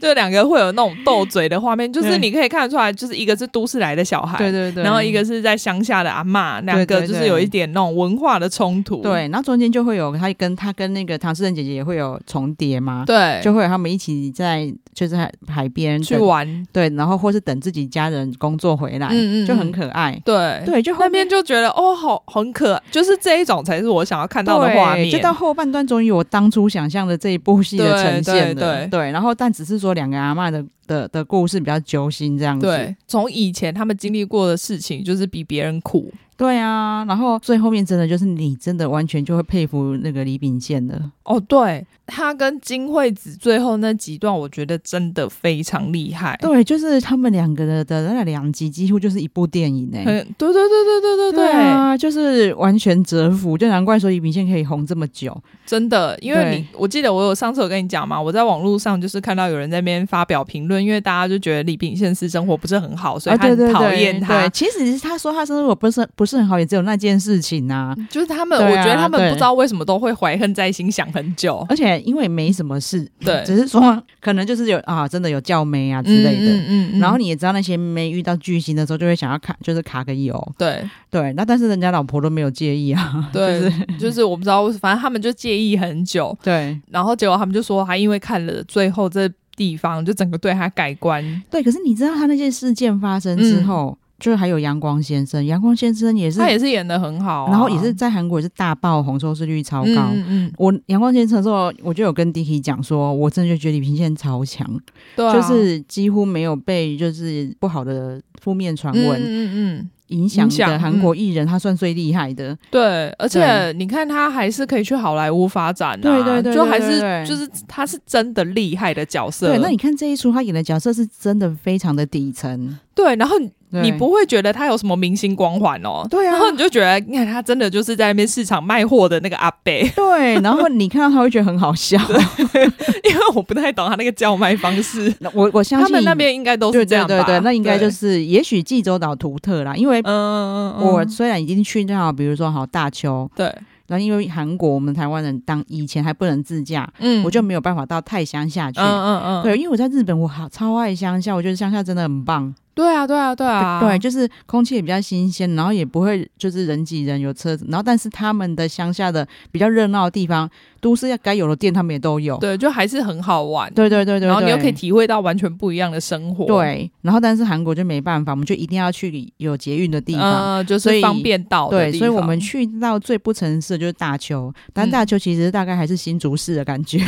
B: 就两个会有那种斗嘴的画面，就是
A: 对
B: 你可以看得出来，就是一个是都市来的小孩，
A: 对对对，
B: 然后一个是在乡下的阿嬷，两
A: 对
B: 个
A: 对
B: 就是
A: 对
B: 有一点那种文化的冲突。
A: 对，然后中间就会有她跟她跟那个唐诗仁姐姐也会有重叠嘛，
B: 对，
A: 就会有他们一起在就是海海边
B: 去
A: 等
B: 玩，
A: 对，然后或是等自己家人工作回来，
B: 嗯嗯
A: 就很
B: 嗯
A: 可爱。
B: 对
A: 对，就后
B: 那边就觉得哦，好很可爱，就是这一种才是我想要看到的
A: 对
B: 画面。
A: 就到后半段，终于我当初想象的这一部戏的
B: 对
A: 呈现
B: 对
A: 了。
B: 对
A: 然后但只是说两个阿嬷的的的故事比较揪心这样子。
B: 对，从以前他们经历过的事情，就是比别人苦。
A: 对啊，然后最后面真的就是你真的完全就会佩服那个李秉宪了。
B: 哦，对，他跟金惠子最后那几段，我觉得真的非常厉害。
A: 对，就是他们两个的的那两集几乎就是一部电影哎、
B: 很对对对对对对对，
A: 啊，就是完全折服，就难怪说李秉宪可以红这么久。
B: 真的，因为
A: 对
B: 你我记得我有上次有跟你讲嘛，我在网络上就是看到有人在那边发表评论，因为大家就觉得李秉宪私生活不是很好，所以
A: 啊，
B: 他
A: 对
B: 很
A: 对
B: 讨
A: 对
B: 厌他。
A: 对，其实他说他生活不是不是很好，也只有那件事情呐、啊。
B: 就是他们，
A: 对啊
B: 我觉得他们
A: 对
B: 不知道为什么都会怀恨在心，想很久。
A: 而且因为没什么事，
B: 对
A: 只是说可能就是有啊，真的有叫妹啊之类的。
B: 嗯嗯嗯
A: 然后你也知道，那些妹遇到巨星的时候，就会想要卡，就是卡个油。
B: 对
A: 对，那但是人家老婆都没有介意啊。
B: 对，就是我不知道为什么，反正他们就介意很久，
A: 对
B: 然后结果他们就说他因为看了最后这地方，就整个对他改观。
A: 对，可是你知道，他那件事件发生之后，就是还有阳光先生，阳光先生也是，
B: 嗯他也是演的很好啊、
A: 然后也是在韩国也是大爆红，收视率超
B: 嗯
A: 高。
B: 嗯嗯，
A: 我阳光先生的时候，我就有跟 Dicky 讲说，我真的就觉得李平宪超强，
B: 对啊、
A: 就是几乎没有被就是不好的负面传
B: 嗯
A: 闻
B: 嗯嗯嗯，
A: 影响
B: 影响嗯
A: 的韩国艺人，他算最厉害的。
B: 对，而且你看他还是可以去好莱坞发展、啊，
A: 对对对对
B: 就还是
A: 对对
B: 就是他是真的厉害的角色，
A: 对，那你看这一出他演的角色是真的非常的底层，
B: 对，然后
A: 对
B: 你不会觉得他有什么明星光环哦，
A: 对啊
B: 然后你就觉得，你看他真的就是在那边市场卖货的那个阿伯，
A: 对，然后你看到他会觉得很好笑。
B: 因为我不太懂他那个叫卖方式，
A: 那 我我相信
B: 他们那。边应该都
A: 对
B: 是这
A: 对
B: 样吧？
A: 对对，那应该就是，也许济州岛独特啦，因为
B: 对嗯，嗯嗯
A: 我虽然已经去到，比如说好大邱，
B: 对，
A: 然后因为韩国我们台湾人当以前还不能自驾，
B: 嗯
A: 我就没有办法到太乡下去。
B: 嗯嗯嗯，
A: 对，因为我在日本，我好超爱乡下，我觉得乡下真的很棒。
B: 对啊对啊对啊，
A: 对，就是空气也比较新鲜，然后也不会就是人挤人有车子，然后但是他们的乡下的比较热闹的地方，都市要该有的店他们也都有。
B: 对，就还是很好玩，
A: 对对对对，
B: 然后你又
A: 对
B: 可以体会到完全不一样的生活，。
A: 对，然后但是韩国就没办法，我们就一定要去有捷运的地方。
B: 嗯，就
A: 所
B: 是
A: 以
B: 方便到的
A: 对，
B: 地
A: 所以我
B: 方
A: 们去到最不城市的就是大邱，但大邱其实大概还是新竹市的感 觉。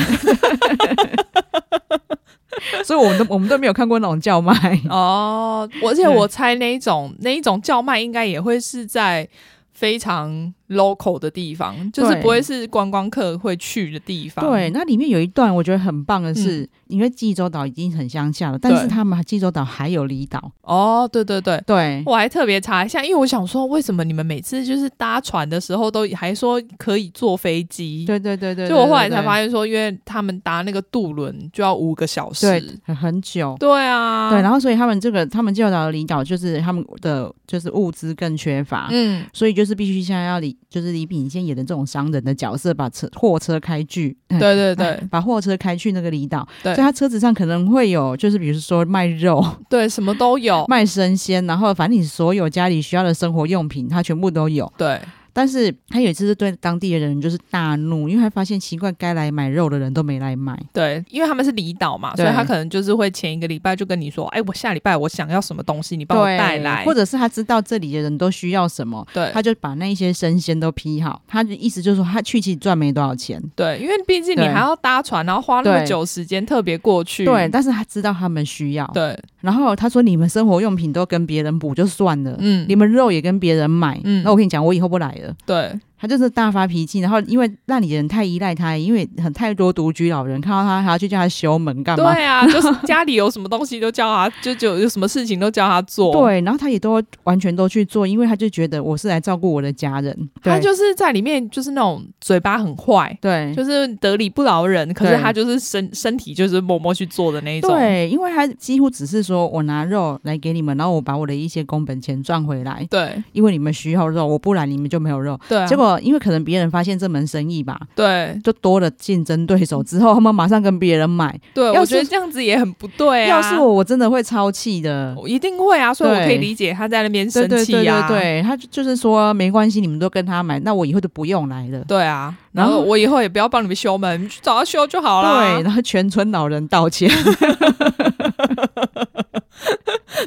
A: 所以我们都我们都没有看过那种叫卖。
B: 哦，而且
A: 对
B: 我猜那一种那一种叫卖应该也会是在非常 local 的地方，就是
A: 对
B: 不会是观光客会去的地 方。
A: 对，，那里面有一段我觉得很棒的是，因为济州岛已经很乡下了，但是他们济州岛还有离岛，
B: 哦，对对对。
A: 对。
B: 我还特别查一下，因为我想说，为什么你们每次就是搭船的时候都还说可以坐飞机？
A: 对对对对，
B: 就我后来才发
A: 现，
B: 现说，因为他们搭那个渡轮就要五个小时。
A: 对，很很久，
B: 对啊，
A: 对，然后所以他们这个他们济州岛的离岛就是他们的就是物资更缺乏，
B: 嗯，
A: 所以就是必须现在要李就是李秉宪演的这种商人的角色，把车货车开去，
B: 对对对
A: 哎，把货车开去那个离岛，
B: 对哦
A: 所以他车子上可能会有就是比如说卖肉、
B: 对，什么都有。
A: 卖生鲜，然后反正你所有家里需要的生活用品，他全部都有。
B: 对，
A: 但是他有一次是对当地的人就是大怒，因为他发现奇怪，该来买肉的人都没来买。
B: 对，因为他们是离岛嘛，所
A: 对
B: 以他可能就是会前一个礼拜就跟你说，哎，我下礼拜我想要什么东西，你帮我带来，
A: 或者是他知道这里的人都需要什么，
B: 对
A: 他就把那一些生鲜都批好。他的意思就是说，他去其实赚没多少钱，
B: 对，因为毕竟你
A: 对
B: 还要搭船，然后花那么
A: 对
B: 久时间特别过去，
A: 对，但是他知道他们需要。
B: 嗯对，
A: 然后他说，你们生活用品都跟别人补就算了，
B: 嗯
A: 你，们肉也跟别人买，
B: 嗯
A: 那我跟你讲，我以后不来了。
B: 对，
A: 他就是大发脾气，然后因为那里人太依赖他，因为很太多独居老人看到他还要去叫他修门干嘛？
B: 对啊，就是家里有什么东西都叫他， 就就有什么事情都叫他做。，
A: 对，然后他也都完全都去做，因为他就觉得我是来照顾我的家人。
B: 他
A: 对
B: 就是在里面就是那种嘴巴很坏，
A: 对
B: 就是得理不饶人，可是
A: 对
B: 他就是身身体就是默默去做的那一种。
A: 对，因为他几乎只是说我拿肉来给你们，然后我把我的一些工本钱赚回来，
B: 对
A: 因为你们需要肉，我不然你们就没有肉。
B: 对啊，
A: 结果因为可能别人发现这门生意吧，
B: 对
A: 就多了竞争对手之后，他们马上跟别人买。
B: 对，
A: 要
B: 我
A: 是
B: 觉得这样子也很不对啊。
A: 要是我，我真的会超气的。
B: 我一定会啊，所以我
A: 对
B: 可以理解他在那边
A: 对
B: 生
A: 对对
B: 气
A: 对
B: 啊，
A: 对，他就就是说没关系，你们都跟他买，那我以后就不用来了。
B: 对啊，
A: 然
B: 然
A: 后
B: 后我以后也不要帮你们修门，你们去找他修就好啦
A: 对，。然后全村老人道 歉。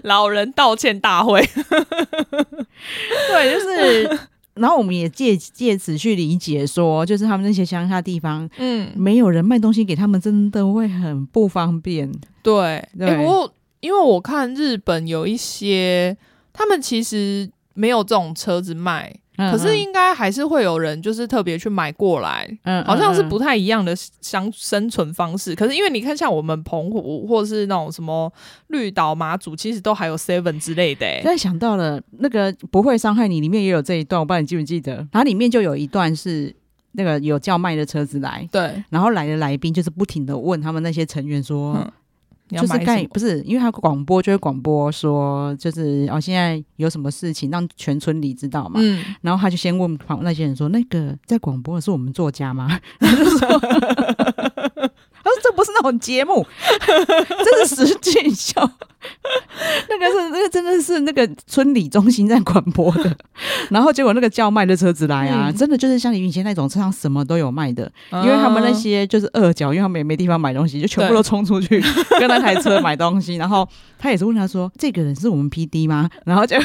B: 老人道歉大会，
A: 对，就是，然后我们也借借此去理解说，就是他们那些乡下地方，
B: 嗯，
A: 没有人卖东西给他们，真的会很不方便。
B: 对。
A: 对
B: 诶不过因为我看日本有一些，他们其实没有这种车子卖，
A: 可
B: 可是应该还是会有人就是特别去买过来。
A: 嗯
B: 好像是
A: 嗯
B: 不太一样的相生存方式，可是因为你看，像我们澎湖或是那种什么绿岛、马祖，其实都还有 Seven 之类的、欸诶
A: 但想到了那个不会伤害你，里面也有这一段，我不知道你记不记得。然后里面就有一段是那个有叫卖的车子来，
B: 对，
A: 然后来的来宾就是不停的问他们那些成员说，
B: 嗯你要
A: 就是
B: 买什
A: 盖
B: 么？
A: 不是，因为他广播就会广播说，就是哦现在有什么事情让全村里知道嘛。
B: 嗯，
A: 然后他就先问旁那些人说：“那个在广播的是我们作家吗？” 他就说：“他说这不是那种节目， 这是实景秀。 那个是那个真的是那个村里中心在广播的。然后结果那个叫卖的车子来啊，
B: 嗯
A: 真的就是像你以前那种车上什么都有卖的，因为他们那
B: 嗯
A: 些就是二脚，因为他们也没地方买东西，就全部
B: 对
A: 都冲出 去跟那台车买东西。然后他也是问他说：这个人是我们 P D 吗？然 后就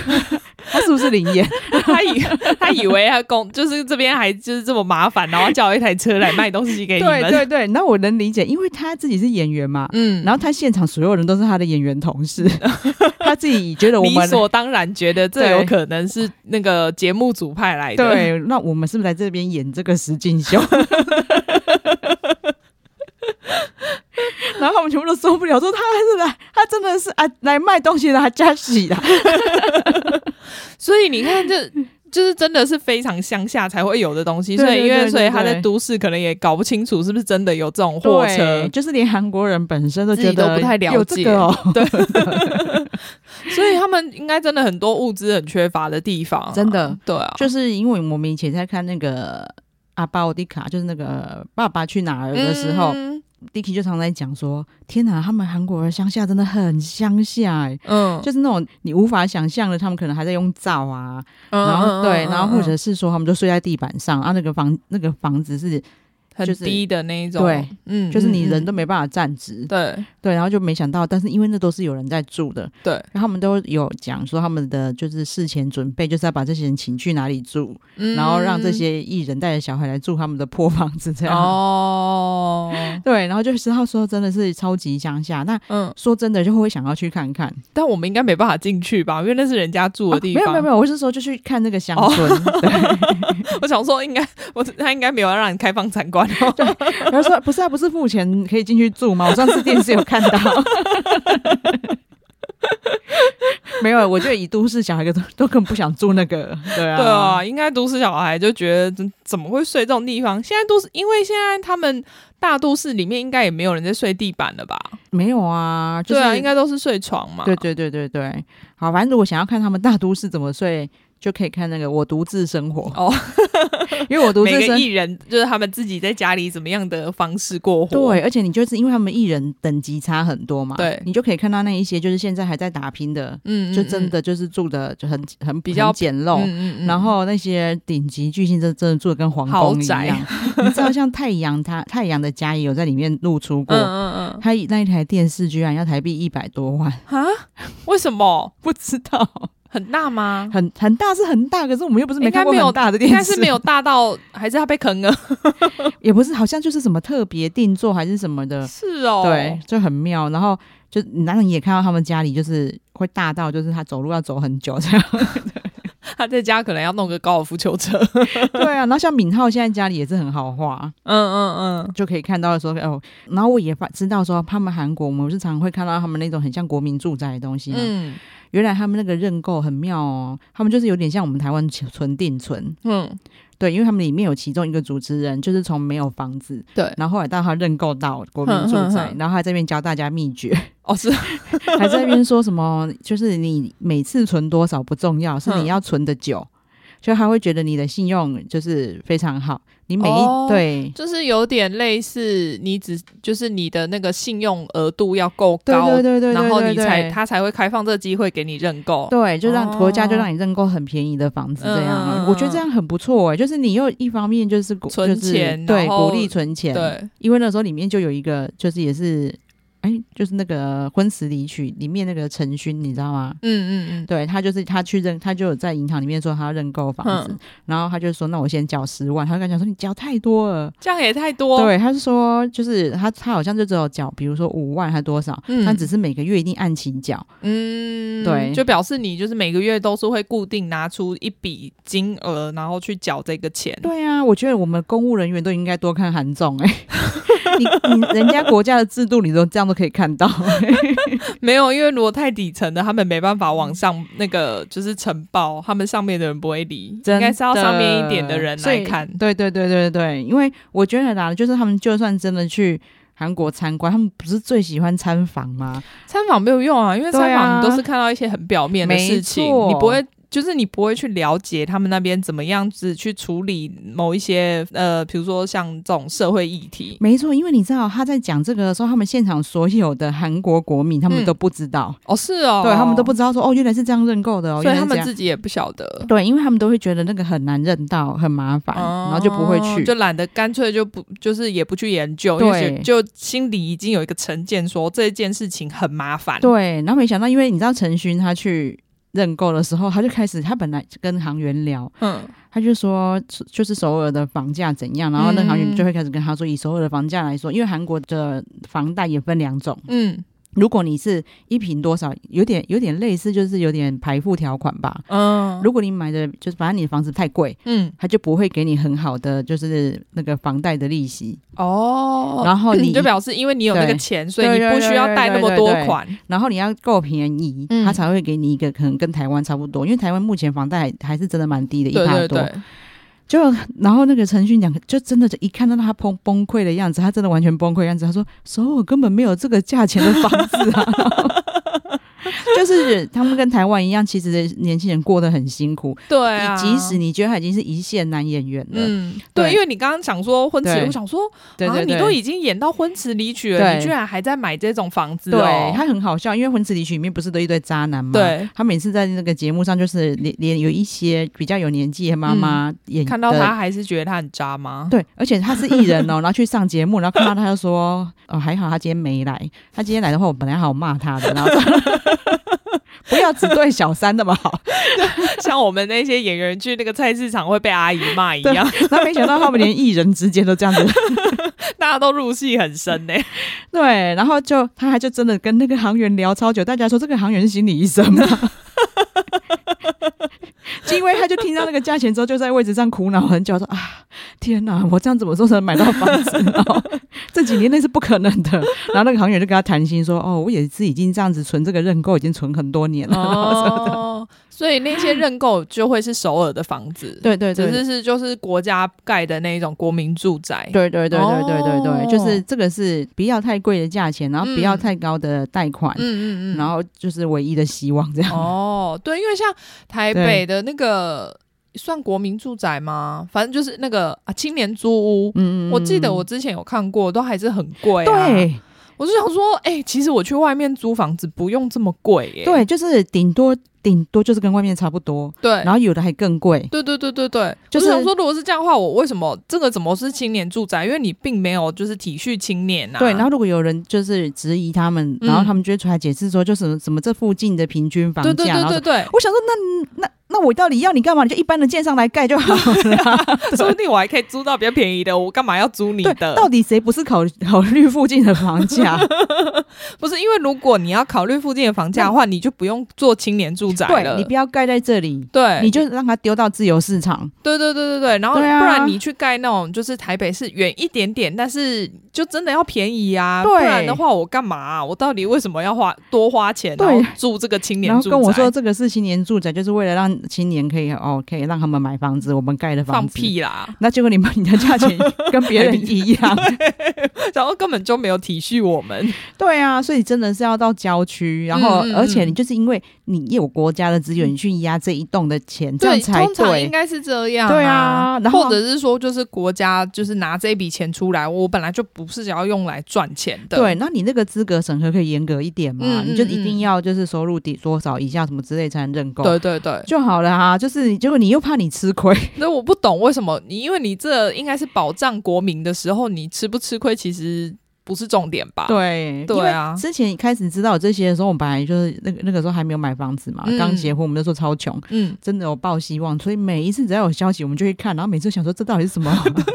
A: 他是不是林岩？”
B: 嗯他以他以为他公就是这边还就是这么麻烦，然后叫一台车来卖东西给你们。
A: 对对对，那我能理解，因为他自己是演员嘛，
B: 嗯，
A: 然后他现场所有人都是他的演员同 事，他自己觉得我
B: 理
A: 们
B: 所当然觉得这
A: 对
B: 有可能是那个节目组派来的。，
A: 对，那我们是不是来这边演这个实境 秀？然后我们全部都受不了，说他是来，他真的是啊来卖东西的，他加喜的，
B: 所以你 看这。就是真的是非常乡下才会有的东西，
A: 嗯对
B: 所以因
A: 对
B: 为
A: 对
B: 所以
A: 对
B: 他在
A: 对
B: 都市可能也搞不清楚是不是真的有这种货车
A: 对，就是连韩国人本身都
B: 自己
A: 觉
B: 都
A: 得
B: 不太了
A: 有这
B: 解
A: 个哦，
B: 所以他们应该真的很多物资很缺乏的地方啊、
A: 真的
B: 对啊，
A: 就是因为我们以前在看那个阿巴奥迪卡，就是那个爸爸去哪儿的时候，
B: 嗯
A: Dicky 就常在讲说：“天哪，他们韩国的乡下真的很乡下、欸，
B: 嗯，
A: 就是那种你无法想象的，他们可能还在用灶啊，然后
B: 嗯
A: 对，然后或
B: 嗯
A: 者是说他们就睡在地板上啊，那个房那个房子是
B: 很
A: 就是
B: 低的那一种，
A: 对，
B: 嗯，
A: 就是你
B: 嗯
A: 人
B: 嗯
A: 都没办法站直，
B: 对
A: 对，然后就没想到，但是因为那都是有人在住的，
B: 对，
A: 然后他们都有讲说他们的就是事前准备就是要把这些人请去哪里住，然后让这
B: 嗯
A: 些艺人带着小孩来住他们的破房子这样，
B: 哦，
A: 对，然后就是他说真的是超级乡下，那
B: 嗯，
A: 说真的就会想要去看看。”
B: 但我们应该没办法进去吧，因为那是人家住的地方。哦
A: 啊没有没有没有，我是说就去看那个 乡村。
B: 有，我想说应该，我他应该没有要让你开放参观哦。
A: 然后说不是啊，不是付钱可以进去住吗？我上次电视有看到。 没有，我觉得以都市小孩都都更不想住那个，对啊，
B: 对啊，应该都市小孩就觉得怎怎么会睡这种地方？现在都是因为现在他们大都市里面应该也没有人在睡地板了吧？
A: 没有啊，就是、
B: 对啊，应该都是睡床嘛。
A: 对对对对对，好，反正如果想要看他们大都市怎么睡，就可以看那个《我独自生活》
B: 哦，
A: 因为我独自
B: 每个
A: 生
B: 艺人就是他们自己在家里怎么样的方式过活。
A: 对，而且你就是因为他们艺人等级差很多嘛，
B: 对
A: 你就可以看到那一些就是现在还在打拼的，
B: 嗯，嗯，
A: 就真
B: 嗯
A: 的就是住的就很很
B: 比较
A: 很简陋。
B: 嗯
A: 然后那些顶级巨星，真真的住的跟皇
B: 豪
A: 宫一
B: 宅
A: 样。你知道，像太阳他太阳的家也有在里面露出过，
B: 嗯嗯
A: 他那一台电视居然要台币一百多万，
B: 嗯啊，为什么
A: 不知道
B: 很大吗？
A: 很很大是很大，可是我们又不是没
B: 应该
A: 看过
B: 没有
A: 很大的电
B: 应
A: 视，
B: 该是没有大到，还是他被坑了？啊
A: 也不是好像就是什么特别定做还是什么的，
B: 是哦，
A: 对，，就很妙。然后就 然后你也看到他们家里就是会大到就是他走路要走很久这样，
B: 他在家可能要弄个高尔夫球车。
A: 对啊，然后像敏浩现在家里也是很好画，
B: 嗯嗯
A: 就可以看到说哦，然后我也发知道说他们韩国，我们日常会看到他们那种很像国民住宅的东西
B: 嗯
A: 嘛。
B: 嗯
A: 原来他们那个认购很妙哦，他们就是有点像我们台湾存定存，
B: 嗯，
A: 对，因为他们里面有其中一个主持人就是从没有房子，
B: 对。
A: 然后后来到他认购到国民住
B: 哼
A: 宅，
B: 哼哼
A: 然后还在那边教大家秘诀，
B: 哦，是
A: 还在那边说什么，就是你每次存多少不重要，是你要存的 久，就他会觉得你的信用就是非常好，你每一、
B: 哦
A: 对。
B: 就是有点类似，你只就是你的那个信用额度要够
A: 对
B: 高，
A: 对对对，
B: 然后
A: 对
B: 你才
A: 对
B: 他才会开放这个机会给你认购。
A: 对，就让
B: 哦
A: 国家就让你认购很便宜的房子这样
B: 嗯嗯
A: 啊，
B: 嗯
A: 我觉得这样很不错哎，就是你又一方面就是鼓
B: 存钱
A: 就是对，
B: 然后
A: 鼓励存钱，，
B: 对，嗯
A: 因为那时候里面就有一个就是也是，哎，就是那个《婚词离曲》里面那个陈勋，你知道吗？
B: 嗯嗯嗯，
A: 对他就是他去认，他就有在银行里面说他要认购房子，
B: 嗯
A: 然后他就说那我先缴十万，他就跟他讲说你缴太多了，
B: 这样也太多。，
A: 对，他是说就是他他好像就只有缴，比如说五万还多少，
B: 嗯
A: 但只是每个月一定按期缴，
B: 嗯，
A: 对
B: 就表示你就是每个月都是会固定拿出一笔金额，然后去缴这个钱。
A: 对啊，我觉得我们公务人员都应该多看韩综哎、你你人家国家的制度，你都这样都可以看 到、
B: 没有，因为如果太底层的，他们没办法往上那个就是呈报，他们上面的人不会理，应
A: 真
B: 该是要
A: 的
B: 上面一点的人来看。
A: 对对对对对，因为我觉得啦，就是他们就算真的去韩国参观，他们不是最喜欢参访吗？
B: 参访没有用啊，因为
A: 对啊
B: 参访你都是看到一些很表面的事情，
A: 没错
B: 你不会。就是你不会去了解他们那边怎么样子去处理某一些呃，比如说像这种社会议题，
A: 没错，因为你知道他在讲这个的时候，他们现场所有的韩国国民他们都不知道，
B: 哦，是嗯哦，
A: 对他们都不，知道说哦，原来是这样认购的哦，
B: 所以
A: 原来
B: 他
A: 是这
B: 们
A: 样
B: 自己也不晓得，
A: 对，因为他们都会觉得那个很难认到，很麻烦，然后就不会
B: 哦
A: 去
B: 就。懒得干脆就不，就是也不去研究，
A: 对
B: 因为就就心里已经有一个成见，说这件事情很麻烦，
A: 对，然后没想到，因为你知道陈勋他去认购的时候，他就开始，他本来跟行员聊，
B: 嗯，
A: 他就说就是首尔的房价怎样，然后那个行员就会开始跟他说，以首尔的房价来说，因为韩国的房贷也分两种，
B: 嗯
A: 如果你是一平多少，有点有点类似，就是有点排付条款吧。
B: 嗯
A: 如果你买的就是反正你的房子太贵，
B: 嗯
A: 他就不会给你很好的就是那个房贷的利息，
B: 哦，
A: 然后你
B: 就表示因为你有那个
A: 对
B: 钱，所以你
A: 对对
B: 不需要
A: 对对
B: 贷那么
A: 对
B: 多
A: 对
B: 款，
A: 然后你要够便宜，
B: 嗯
A: 他才会给你一个可能跟台湾差不多，因为台湾目前房贷还还是真的蛮低的，一
B: 对
A: 趴
B: 对
A: 多。
B: 对。
A: 就然后那个陈勋讲，就真的就一看到他崩崩溃的样子，他真的完全崩溃的样子。他说：“首尔根本没有这个价钱的房子 啊！”就是他们跟台湾一样，其实年轻人过得很辛苦。
B: 对啊，
A: 你即使你觉得他已经是一线男演员了，
B: 嗯，对，
A: 对
B: 因为你刚刚讲说婚词，
A: 对
B: 我想说
A: 对对对，
B: 啊，你都已经演到婚词离曲了，
A: 对
B: 你居然还在买这种房子
A: 对
B: 哦？
A: 他很好笑，因为《婚词离曲》里面不是都一堆渣男吗？。
B: 对，
A: 他每次在那个节目上，就是连连有一些比较有年纪的妈妈演、
B: 嗯看到他，还是觉得他很渣吗？
A: 对，而且他是艺人哦，然后去上节目，然后看到他就说：“ 哦，还好他今天没来，他今天来的话，我本来好骂他的。”然 后 不要只对小三那么好，
B: 像我们那些演员去那个菜市场会被阿姨骂一样，
A: 他没想到他们连艺人之间都这样子。
B: 大家都入戏 很深呢、
A: 对，然后就他还就真的跟那个行员聊超久，大家说这个行员是心理医生吗？就因为他就听到那个价钱之后，就在位置上苦恼很久，说啊，天哪，我这样怎么做才能买到房子？然后这几年内是不可能的。然后那个行员就跟他谈心说，哦，我也是已经这样子存这个认购，已经存很多年了。
B: 哦，所以那些认购就会是首尔的房子，，
A: 对对对
B: 只是是就是国家盖的那一种国民住宅，
A: 对对对对对对对，
B: 哦
A: 就是这个是不要太贵的价钱，然后不要
B: 嗯
A: 太高的贷款，
B: 嗯嗯嗯，
A: 然后就是唯一的希望这样。
B: 哦，对，因为像台北的那个算国民住宅吗？反正就是那个啊青年租屋。
A: 嗯
B: 我记得我之前有看过，都还是很贵、啊。，
A: 对。
B: 我就想说，哎、其实我去外面租房子不用这么贵、耶。
A: 对，就是顶多顶多就是跟外面差不多，
B: 对
A: 然后有的还更贵。
B: 对对对对对，
A: 就
B: 就是是想说，如果是这样的话，我为什么这个怎么是青年住宅？因为你并没有就是体恤青年啊。
A: 对，然后如果有人就是质疑他们，然后
B: 嗯
A: 他们就会出来解释说，就什么什么这附近的平均房价，
B: 对对
A: 然
B: 对
A: 后
B: 对对，
A: 我想说那那那我到底要你干嘛？你就一般的建商来盖就 好了。
B: 说不定我还可以租到比较便宜的，我干嘛要租你
A: 对，
B: 的？
A: 到底谁不是考考虑附近的房 价？
B: 不是因为如果你要考虑附近的房价的话，你就不用做青年住宅
A: 对
B: 了。
A: 你不要盖在这里，
B: 对，
A: 你就让它丢到自由市场。
B: 对对对对对，然后不
A: 对啊
B: 然你去盖那种就是台北市远一点点，但是就真的要便宜啊，
A: 对
B: 不然的话我干嘛啊、我到底为什么要花多花钱，
A: 对
B: 然后住这个青年
A: 然后
B: 住宅？
A: 跟我说这个是青年住宅，就是为了让青年可以哦，可以让他们买房子，我们盖的房
B: 放
A: 子。！
B: 屁啦！
A: 那结果你们你的价 钱跟别人一样。
B: 然后根本就没有体恤我们，
A: 对啊，所以真的是要到郊区，然后、
B: 嗯嗯
A: 而且你就是因为你有国家的资源，你去压这一栋的钱，这样才
B: 通常应
A: 对。
B: 该是这样、
A: 对啊然后
B: 或者是说就是国家就是拿这笔钱出来，我本来就不是要用来赚钱的，
A: 对，那你那个资格审核可以严格一点嘛？
B: 嗯嗯
A: 你就一定要就是收入抵多少以下什么之类才能认购，
B: 对对对，
A: 就好了啊。就是你结果你又怕你吃亏，
B: 那我不懂为什么你，因为你这应该是保障国民的时候，你吃不吃亏其实不是重点吧？
A: 对
B: 对啊
A: 因为之前一开始知道有这些的时候，我们本来就是那个那个时候还没有买房子嘛，
B: 嗯
A: 刚结婚，我们那时候超穷，
B: 嗯，
A: 真的有抱希望，所以每一次只要有消息，我们就会看，然后每次想说这到底是什 么？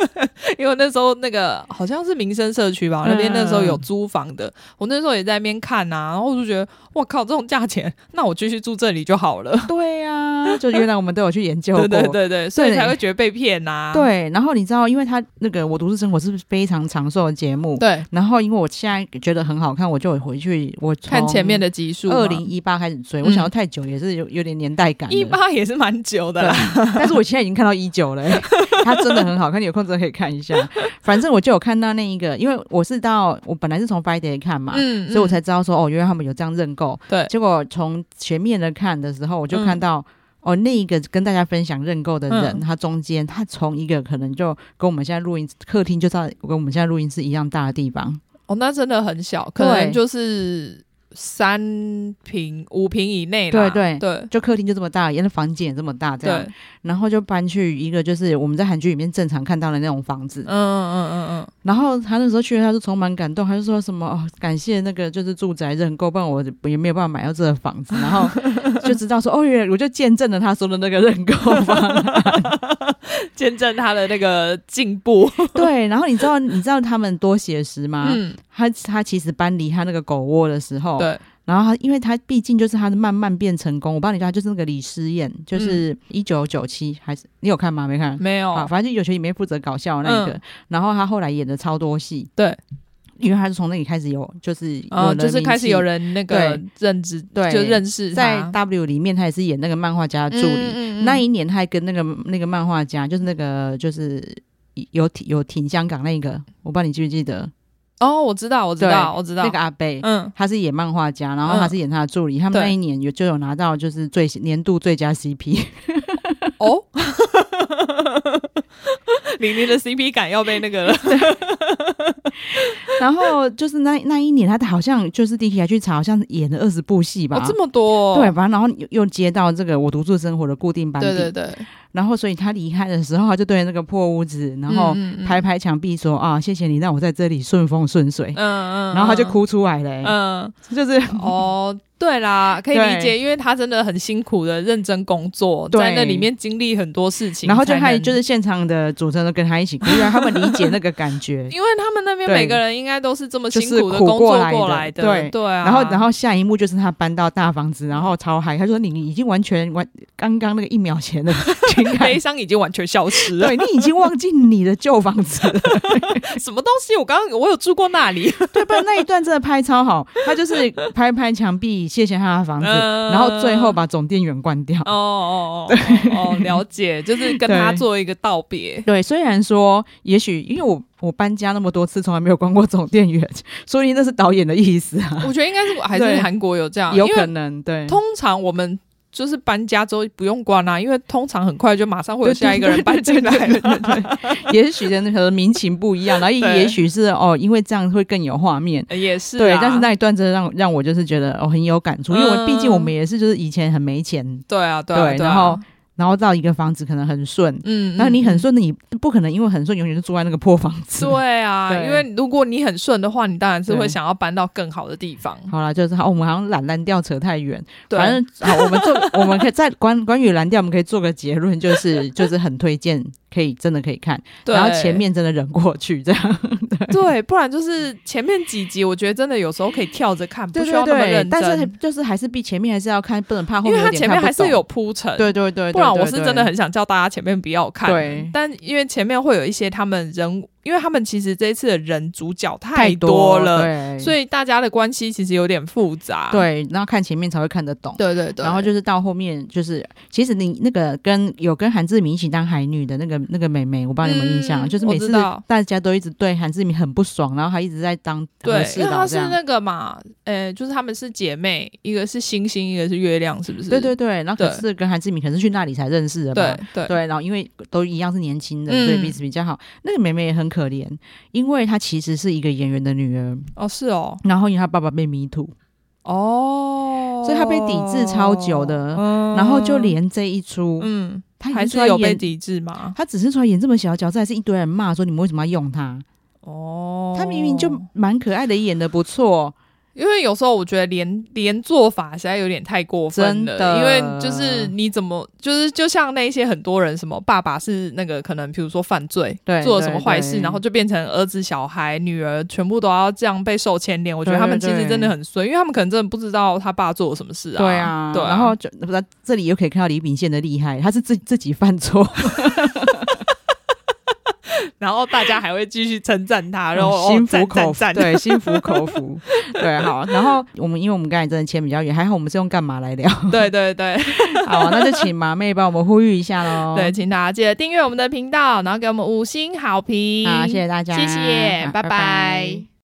B: 因为那时候那个好像是民生社区吧，
A: 嗯
B: 那边那时候有租房的，我那时候也在那边看啊，然后我就觉得，我靠，这种价钱，那我继续住这里就好了。
A: 对呀、就原来我们都有去研究过。
B: 对对对对，所以
A: 对
B: 才会觉得被骗呐、啊。
A: 对然后你知道，因为他那个《我独自生活》是非常长寿的节目，
B: 对，
A: 然后因为我现在觉得很好看，我就回去我
B: 看前面
A: 的
B: 的集数嘛，
A: 二零一八开始追，我想要太久也是有有点年代感了，
B: 一八也是蛮久的
A: 对
B: 啦。，
A: 但是我现在已经看到一九了、 欸，它真的很好看，你有空真的可以看一下。反正我就有看到那一个，因为我是到我本来是从 Friday 看嘛，
B: 嗯，
A: 啊所以我才
B: 嗯
A: 知道说哦，原来他们有这样认购。
B: 对
A: 结果从前面的看的时候，我就看到、哦，那一个跟大家分享认购的人，
B: 嗯
A: 他中间他从一个可能就跟我们现在录音客厅，就到跟我们现在录音室一样大的地方，
B: 哦，那真的很小，可
A: 对
B: 能就是三平五平以内
A: 对
B: 啦。
A: 对
B: 对
A: 就客厅就这么大，原来房间也这么大这样
B: 对，，
A: 然后就搬去一个就是我们在韩剧里面正常看到的那种房子
B: 嗯，嗯嗯嗯
A: 然后他那时候去，他就充满感动，他就说什么哦，感谢那个就是住宅认购，不然我也没有办法买到这个房子。然后就知道说哦，原来我就见证了他说的那个认购方。
B: 嗯，见证他的那个进步。
A: 对，然后你知道你知道他们多写实吗？
B: 嗯，
A: 他他其实搬离他那个狗窝的时候，
B: 对，
A: 然后他因为他毕竟就是他慢慢变成功，我帮你讲，他就是那个李诗燕，
B: 嗯
A: 就是一九九七还是你有看吗？没看。
B: 没
A: 啊，
B: 有，
A: 反正就有学里面负责搞笑的那一
B: 嗯
A: 个，然后他后来演的超多戏，
B: 对，
A: 因为他是从那里开始有，就是有
B: 嗯，
A: 人
B: 就是开始
A: 名气
B: 有人那个认知，
A: 对
B: 就认识
A: 在
B: 他
A: W 里面，他也是演那个漫画家的助理。
B: 嗯嗯嗯
A: 那一年，他还跟那个那个漫画家，就是那个就是有挺有挺香港那个，我不知道你记不记得
B: 哦，我知道，我知道，我知道
A: 那个，阿贝。
B: 嗯，
A: 他是演漫画家，然后他是演他的助理。他们
B: 对嗯
A: 那一年有就有拿到就是最年度最佳 CP，
B: 哦，玲玲的 CP 感要被那个了，
A: 然后就是那那一年，他好像就是 Dicky 还去查，好像演了二十部戏吧。
B: 哦，这么多，
A: 对，反正然后又又接到这个我独自生活的固定班底，
B: 对对对，
A: 然后所以他离开的时候，他就对着那个破屋子，然后
B: 嗯嗯嗯
A: 拍拍墙壁说啊，谢谢你让我在这里顺风顺水，
B: 嗯嗯，
A: 然后他就
B: 嗯，
A: 哭出来了、欸
B: 嗯。
A: 就是
B: 哦，对啦，可以
A: 对
B: 理解，因为他真的很辛苦的认真工作，
A: 对
B: 在那里面经历很多事情，
A: 然后就
B: 才
A: 开始
B: 能
A: 就是现场的主持人都跟他一起哭，让他们理解那个感
B: 。
A: 觉
B: 因为他们那边
A: 对
B: 每个人应该都是这么辛
A: 就是
B: 苦的
A: 苦
B: 工
A: 过
B: 作过
A: 来的
B: 的，
A: 对
B: 啊，
A: 然后，然后下一幕就是他搬到大房子，然后超嗨。他说：“你已经完全完刚刚那个一秒前的情 感
B: 悲，伤已经完全消失了，
A: 对你已经忘记你的旧房 子了。
B: 什么东西？我刚刚我有住过那 里，”
A: 对，不然那一段真的拍超好。他就是拍拍墙壁，谢谢他的房子，
B: 嗯
A: 然后最后把总电源关掉。
B: 哦哦哦哦哦，了解，就是跟他
A: 对
B: 做一个道别，
A: 对，虽然说，也许因为我我搬家那么多次，从来没有关过总电源， 所以那是导演的意思啊，
B: 我觉得应该是还
A: 对
B: 是韩国有这样，
A: 有
B: 哦因为
A: 可能对。
B: 通常我们。就是搬家之后不用关啦、因为通常很快就马上会有下一个人搬进来
A: 对对
B: 了。
A: 对对对也许人和民情不一样，然后
B: 对
A: 也许是哦，因为这样会更有画面。
B: 呃也是、啊，嗯
A: 对，但是那一段真的让让我就是觉得哦很有感触，因为我毕竟我们也是就是以前很没钱，
B: 对啊，对啊，
A: 对
B: 对啊
A: 然后然后到一个房子可能很顺，
B: 嗯，
A: 那你很
B: 嗯
A: 顺的，你不可能因为很顺永远就住在那个破房子。
B: 对啊，
A: 对
B: 因为如果你很顺的话，你当然是
A: 对
B: 会想要搬到更好的地方。
A: 好啦，就是好，我们好像懒蓝调扯太远，
B: 对，
A: 反正好，我们做， 我们可以在关关于蓝调，我们可以做个结论，就是就是很推荐，可以真的可以看，
B: 对
A: 然后前面真的忍过去这样，
B: 对，不然就是前面几集，我觉得真的有时候可以跳着看，不需要那么认真。
A: 但是就是还是比前面还是要看，不能怕后面
B: 因为它
A: 有点
B: 前面
A: 看不
B: 还是
A: 懂
B: 有铺陈，
A: 对对对，对
B: 不
A: 对
B: 然我是
A: 对
B: 真的很想叫大家前面不要看。
A: 对
B: 但因为前面会有一些他们人，因为他们其实这一次的人主角
A: 太
B: 太多了，
A: 对，
B: 所
A: 以
B: 以大家的关系其实有点复杂。
A: 对，然后看前面才会看得懂。
B: 对对对，
A: 然后就是到后面，就是其实你那个跟有跟韩志明一起当海女的那个那个妹妹，我不知道你有没有印象，
B: 嗯
A: 就是
B: 我
A: 每
B: 知
A: 次
B: 道
A: 大家都一直对韩志明很不爽，然后还一直在当和
B: 对，
A: 事
B: 因为
A: 佬
B: 她
A: 这
B: 是
A: 样。
B: 那个嘛，呃，就是她们是姐妹，一个是星星，一个是月亮，是不是？
A: 对对对，然后可
B: 对
A: 是跟韩志明可能是去那里才认识的嘛
B: 对。对
A: 对，然后因为都一样是年轻人，
B: 嗯
A: 所以彼此比较好。那个妹妹也很可怜，因为她其实是一个演员的女儿，
B: 哦，是哦，
A: 然后因为她爸爸被迷途，
B: 哦，
A: 所以她被抵制超久的
B: 嗯
A: 然后就连这一出，
B: 嗯，
A: 她
B: 还
A: 已经
B: 是
A: 出来
B: 有被
A: 演，
B: 抵制吗？
A: 她只是出来演这么小的角色，还是一堆人骂说你们为什么要用她？
B: 哦，
A: 她明明就蛮可爱的，演的不错，
B: 因为有时候我觉得连连做法实在有点太过
A: 真
B: 分了，
A: 的
B: 因为就是你怎么就是就像那一些很多人什么爸爸是那个可能比如说犯罪
A: 对
B: 做了什么坏事，
A: 对
B: 然后就变成儿子小孩女儿全部都要这样被受牵连，我觉得他们其
A: 对
B: 实真的很衰，因为他们可能真的不知道他爸做了什么事啊，
A: 对啊，
B: 对啊，
A: 然后就不知道这里又可以看到李秉宪的厉害，他是自自己犯错，
B: 然后大家还会继续称赞他， 然后、哦
A: 嗯 心服
B: 赞
A: 口
B: 赞
A: 服，
B: 赞，
A: 对，心服口服，对，好。然后我们因为我们刚才真的牵比较远，还好我们是用干嘛来聊，
B: 对对对。
A: 好，那就请麻妹帮我们呼吁一下喽。
B: 对，，请大家记得订阅我们的频道，然后给我们五星好评。
A: 好，谢谢大家，
B: 谢谢
A: 好
B: 拜拜
A: 拜